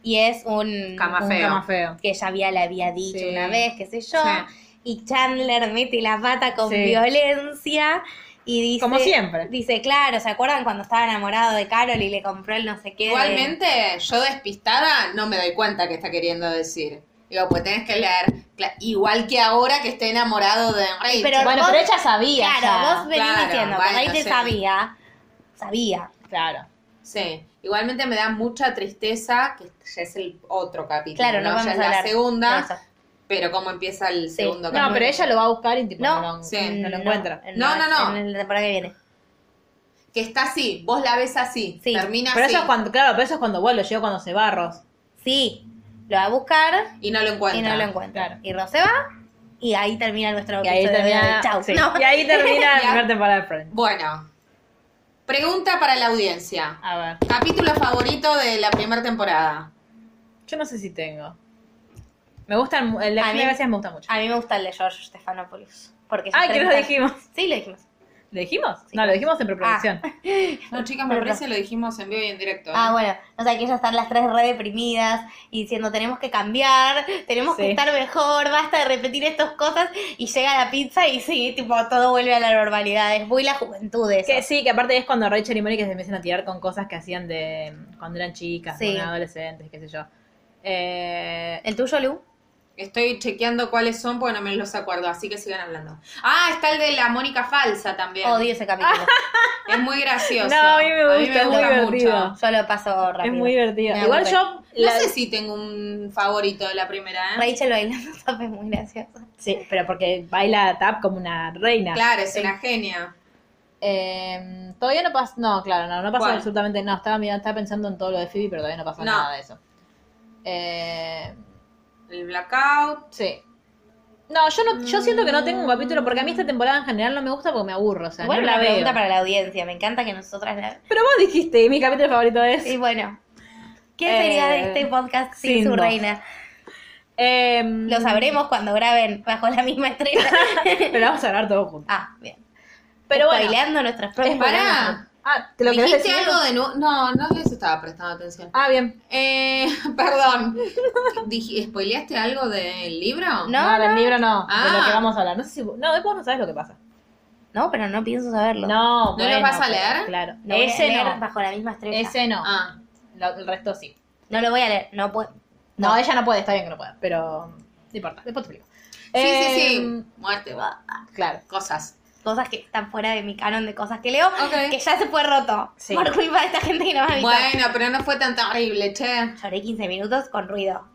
S2: y es un.
S3: Cama
S1: Un
S3: feo.
S1: tema feo.
S2: Que ya había, le había dicho
S1: Sí.
S2: una vez, qué sé yo.
S3: Sí.
S2: Y Chandler mete la pata con
S1: Sí.
S2: violencia y dice.
S1: Como siempre.
S2: Dice, claro, ¿se acuerdan cuando estaba enamorado de Carol y le compró el no sé qué? de-
S3: Igualmente, yo despistada no me doy cuenta que está queriendo decir. Digo, pues tenés que leer. Cla- Igual que ahora que esté enamorado de Rachel.
S2: Pero
S1: bueno,
S2: vos-
S1: pero ella sabía.
S2: Claro,
S1: ya.
S2: vos venís
S3: Claro,
S2: diciendo
S3: bueno,
S2: que Rachel
S3: sí.
S2: sabía. Sabía.
S1: Claro.
S3: Sí, igualmente me da mucha tristeza, que ya es el otro capítulo.
S2: Claro, no,
S3: Ya
S2: vamos
S3: es
S2: a hablar.
S3: la
S2: de eso.
S3: segunda, pero cómo empieza el segundo
S1: No,
S3: capítulo.
S1: pero ella lo va a buscar y tipo,
S2: No.
S1: no, lo-
S3: Sí.
S1: no lo encuentra.
S3: No, no, no.
S2: En la temporada que viene.
S3: Que está así, vos la ves así,
S2: Ah, Sí,
S3: termina
S1: Pero
S3: así
S1: eso es cuando, claro, pero eso es cuando vuelve, llegó cuando se va Ross.
S2: Sí, lo va a buscar
S3: y no lo encuentra.
S2: y no lo encuentra.
S1: Claro.
S2: Y Rose va y ahí termina nuestro
S1: Y ahí
S2: episodio de
S1: termina.
S2: Chau.
S1: Ah, sí.
S2: No.
S1: Y ahí termina la
S3: Ya.
S1: primera temporada de Friends.
S3: Bueno, pregunta para la audiencia.
S1: A ver.
S3: Capítulo favorito de la primera temporada.
S1: Yo no sé si tengo. Me gustan. El de Acción
S2: A mí- Ah,
S1: de Gracias me gusta mucho.
S2: A mí me gusta el de George Stephanopoulos. Porque
S1: Ay,
S2: ya
S1: que lo
S2: está-
S1: dijimos.
S2: Sí, lo dijimos.
S1: ¿Lo dijimos? No, lo dijimos en preproducción.
S2: Ah,
S3: No, chicas, me
S2: Perdón.
S3: parece que lo dijimos en vivo y en directo. ¿eh?
S2: Ah, bueno, o sea que ellas están las tres re deprimidas y diciendo tenemos que cambiar, tenemos que
S1: Sí.
S2: estar mejor, basta de repetir estas cosas y llega la pizza y sí, tipo todo vuelve a la normalidad, es muy la juventud eso.
S1: Que sí, que aparte es cuando Rachel y Mónica se empiezan a tirar con cosas que hacían de cuando eran chicas,
S2: Sí.
S1: cuando eran adolescentes, qué sé yo. Eh,
S2: ¿El tuyo, Lu?
S3: Estoy chequeando cuáles son porque no me los acuerdo, así que sigan hablando. Ah, está el de la Mónica falsa también.
S2: Odio ese capítulo.
S3: Es muy gracioso.
S1: No, a mí me gusta, es muy
S3: mucho.
S1: divertido.
S2: Yo lo paso
S1: es
S2: rápido.
S1: muy divertido.
S2: Me
S1: Igual
S2: aburre.
S1: yo.
S3: No
S1: la-
S3: sé si tengo un favorito de la primera, ¿eh?
S2: Rachel bailando tap es muy gracioso.
S1: Sí, pero porque baila tap como una reina.
S3: Claro, es una genia.
S1: Eh, todavía no pasa. No, claro, no, no pasa
S3: ¿Cuál?
S1: absolutamente nada. Estaba, mirando, estaba pensando en todo lo de Phoebe, pero todavía no pasa
S3: No.
S1: nada de eso. Eh,
S3: El blackout.
S1: sí. No, yo no, yo siento que no tengo un capítulo porque a mí esta temporada en general no me gusta porque me aburro, o sea,
S2: Igual
S1: no
S2: una
S1: la veo.
S2: pregunta para la audiencia, me encanta que nosotras la...
S1: Pero vos dijiste, mi capítulo favorito es.
S2: Y bueno, ¿quién sería de
S1: Eh,
S2: este podcast sin
S1: sin
S2: su
S1: vos.
S2: reina?
S1: Eh,
S2: Lo sabremos cuando graben bajo la misma estrella.
S1: Pero vamos a hablar todos juntos.
S2: ah, bien.
S1: Pero bueno.
S2: Bailando nuestras propias...
S3: Pará.
S1: Ah, ¿te lo querés
S3: ¿Dijiste
S1: decir?
S3: algo de nuevo? No, no les estaba prestando atención.
S1: Ah, bien.
S3: Eh, perdón. Dij- ¿Spoileaste algo del libro?
S2: No,
S1: del libro no. De
S3: Ah.
S1: lo que vamos a hablar. No sé si. No, después no sabes lo que pasa.
S2: No, pero no pienso saberlo.
S1: No,
S3: ¿No lo vas a leer?
S1: Claro.
S2: Lo voy a
S1: Ese
S2: leer
S1: no.
S2: bajo la misma estrella.
S1: Ese no.
S3: Ah,
S1: Lo- el resto sí.
S2: No lo voy a leer, no puedo.
S1: No, ella no puede, está bien que no pueda, pero no importa, después te explico.
S3: sí, sí,
S1: Eh,
S3: sí. Muerte, va.
S1: Claro.
S3: Cosas.
S2: Cosas que están fuera de mi canon de cosas que leo,
S3: Ok.
S2: que ya se fue roto.
S1: Sí.
S2: Por culpa de esta gente que no me ha avisado.
S3: Bueno, pero no fue tan terrible, che.
S2: Lloré 15 minutos con ruido.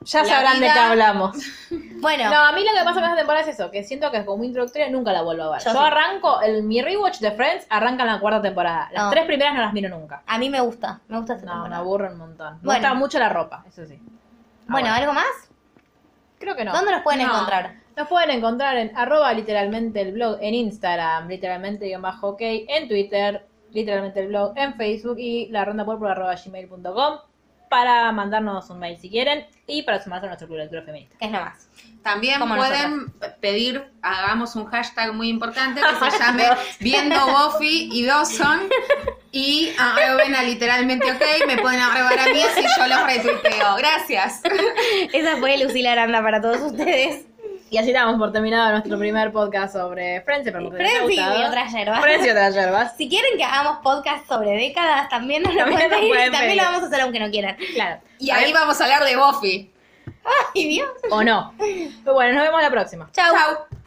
S1: Ya
S3: La
S1: sabrán de
S3: vida-
S1: qué hablamos.
S2: Bueno,
S1: No, a mí lo que pasa con esta temporada es eso, que siento que como muy introductoria nunca la vuelvo a ver.
S2: Yo
S1: Yo,
S2: sí.
S1: arranco, el, mi rewatch de Friends arranca en la cuarta temporada. Las
S2: Ah.
S1: tres primeras no las miro nunca.
S2: a mí me gusta. Me gusta esta
S1: No, me
S2: temporada.
S1: aburre un montón. Me
S2: Bueno.
S1: gusta mucho la ropa, eso sí. Ah,
S2: bueno, ¿algo más?
S1: creo que no.
S2: ¿Dónde nos pueden
S3: No.
S2: encontrar?
S1: Nos pueden encontrar en arroba literalmente el blog en Instagram, literalmente guión bajo ok, en Twitter, literalmente el blog en Facebook y la ronda por arroba gmail.com para mandarnos un mail si quieren y para sumarse a nuestro club de lectura feminista.
S2: Es lo más.
S3: También
S2: Como
S3: pueden pedir, hagamos un hashtag muy importante que se llame Viendo Buffy y Dawson Y a Ovena literalmente, ok, me pueden arrobar a mí si yo los retuiteo. Gracias.
S2: Esa fue Lucila Aranda para todos ustedes.
S1: Y así damos por terminado nuestro primer podcast sobre Friends. Espero que les haya
S2: Frenzy y
S1: gustado.
S2: otras hierbas.
S1: Friends y otras hierbas.
S2: Si quieren que hagamos podcast sobre décadas, también nos lo
S1: También
S2: pueden
S1: nos
S2: pedir.
S1: pueden
S2: También lo
S1: pedir.
S2: vamos a hacer aunque no quieran.
S1: Claro.
S3: Y ahí vamos a hablar de Buffy.
S2: Ay, Dios.
S1: O no. Pero bueno, nos vemos la próxima.
S2: Chau.
S3: Chau.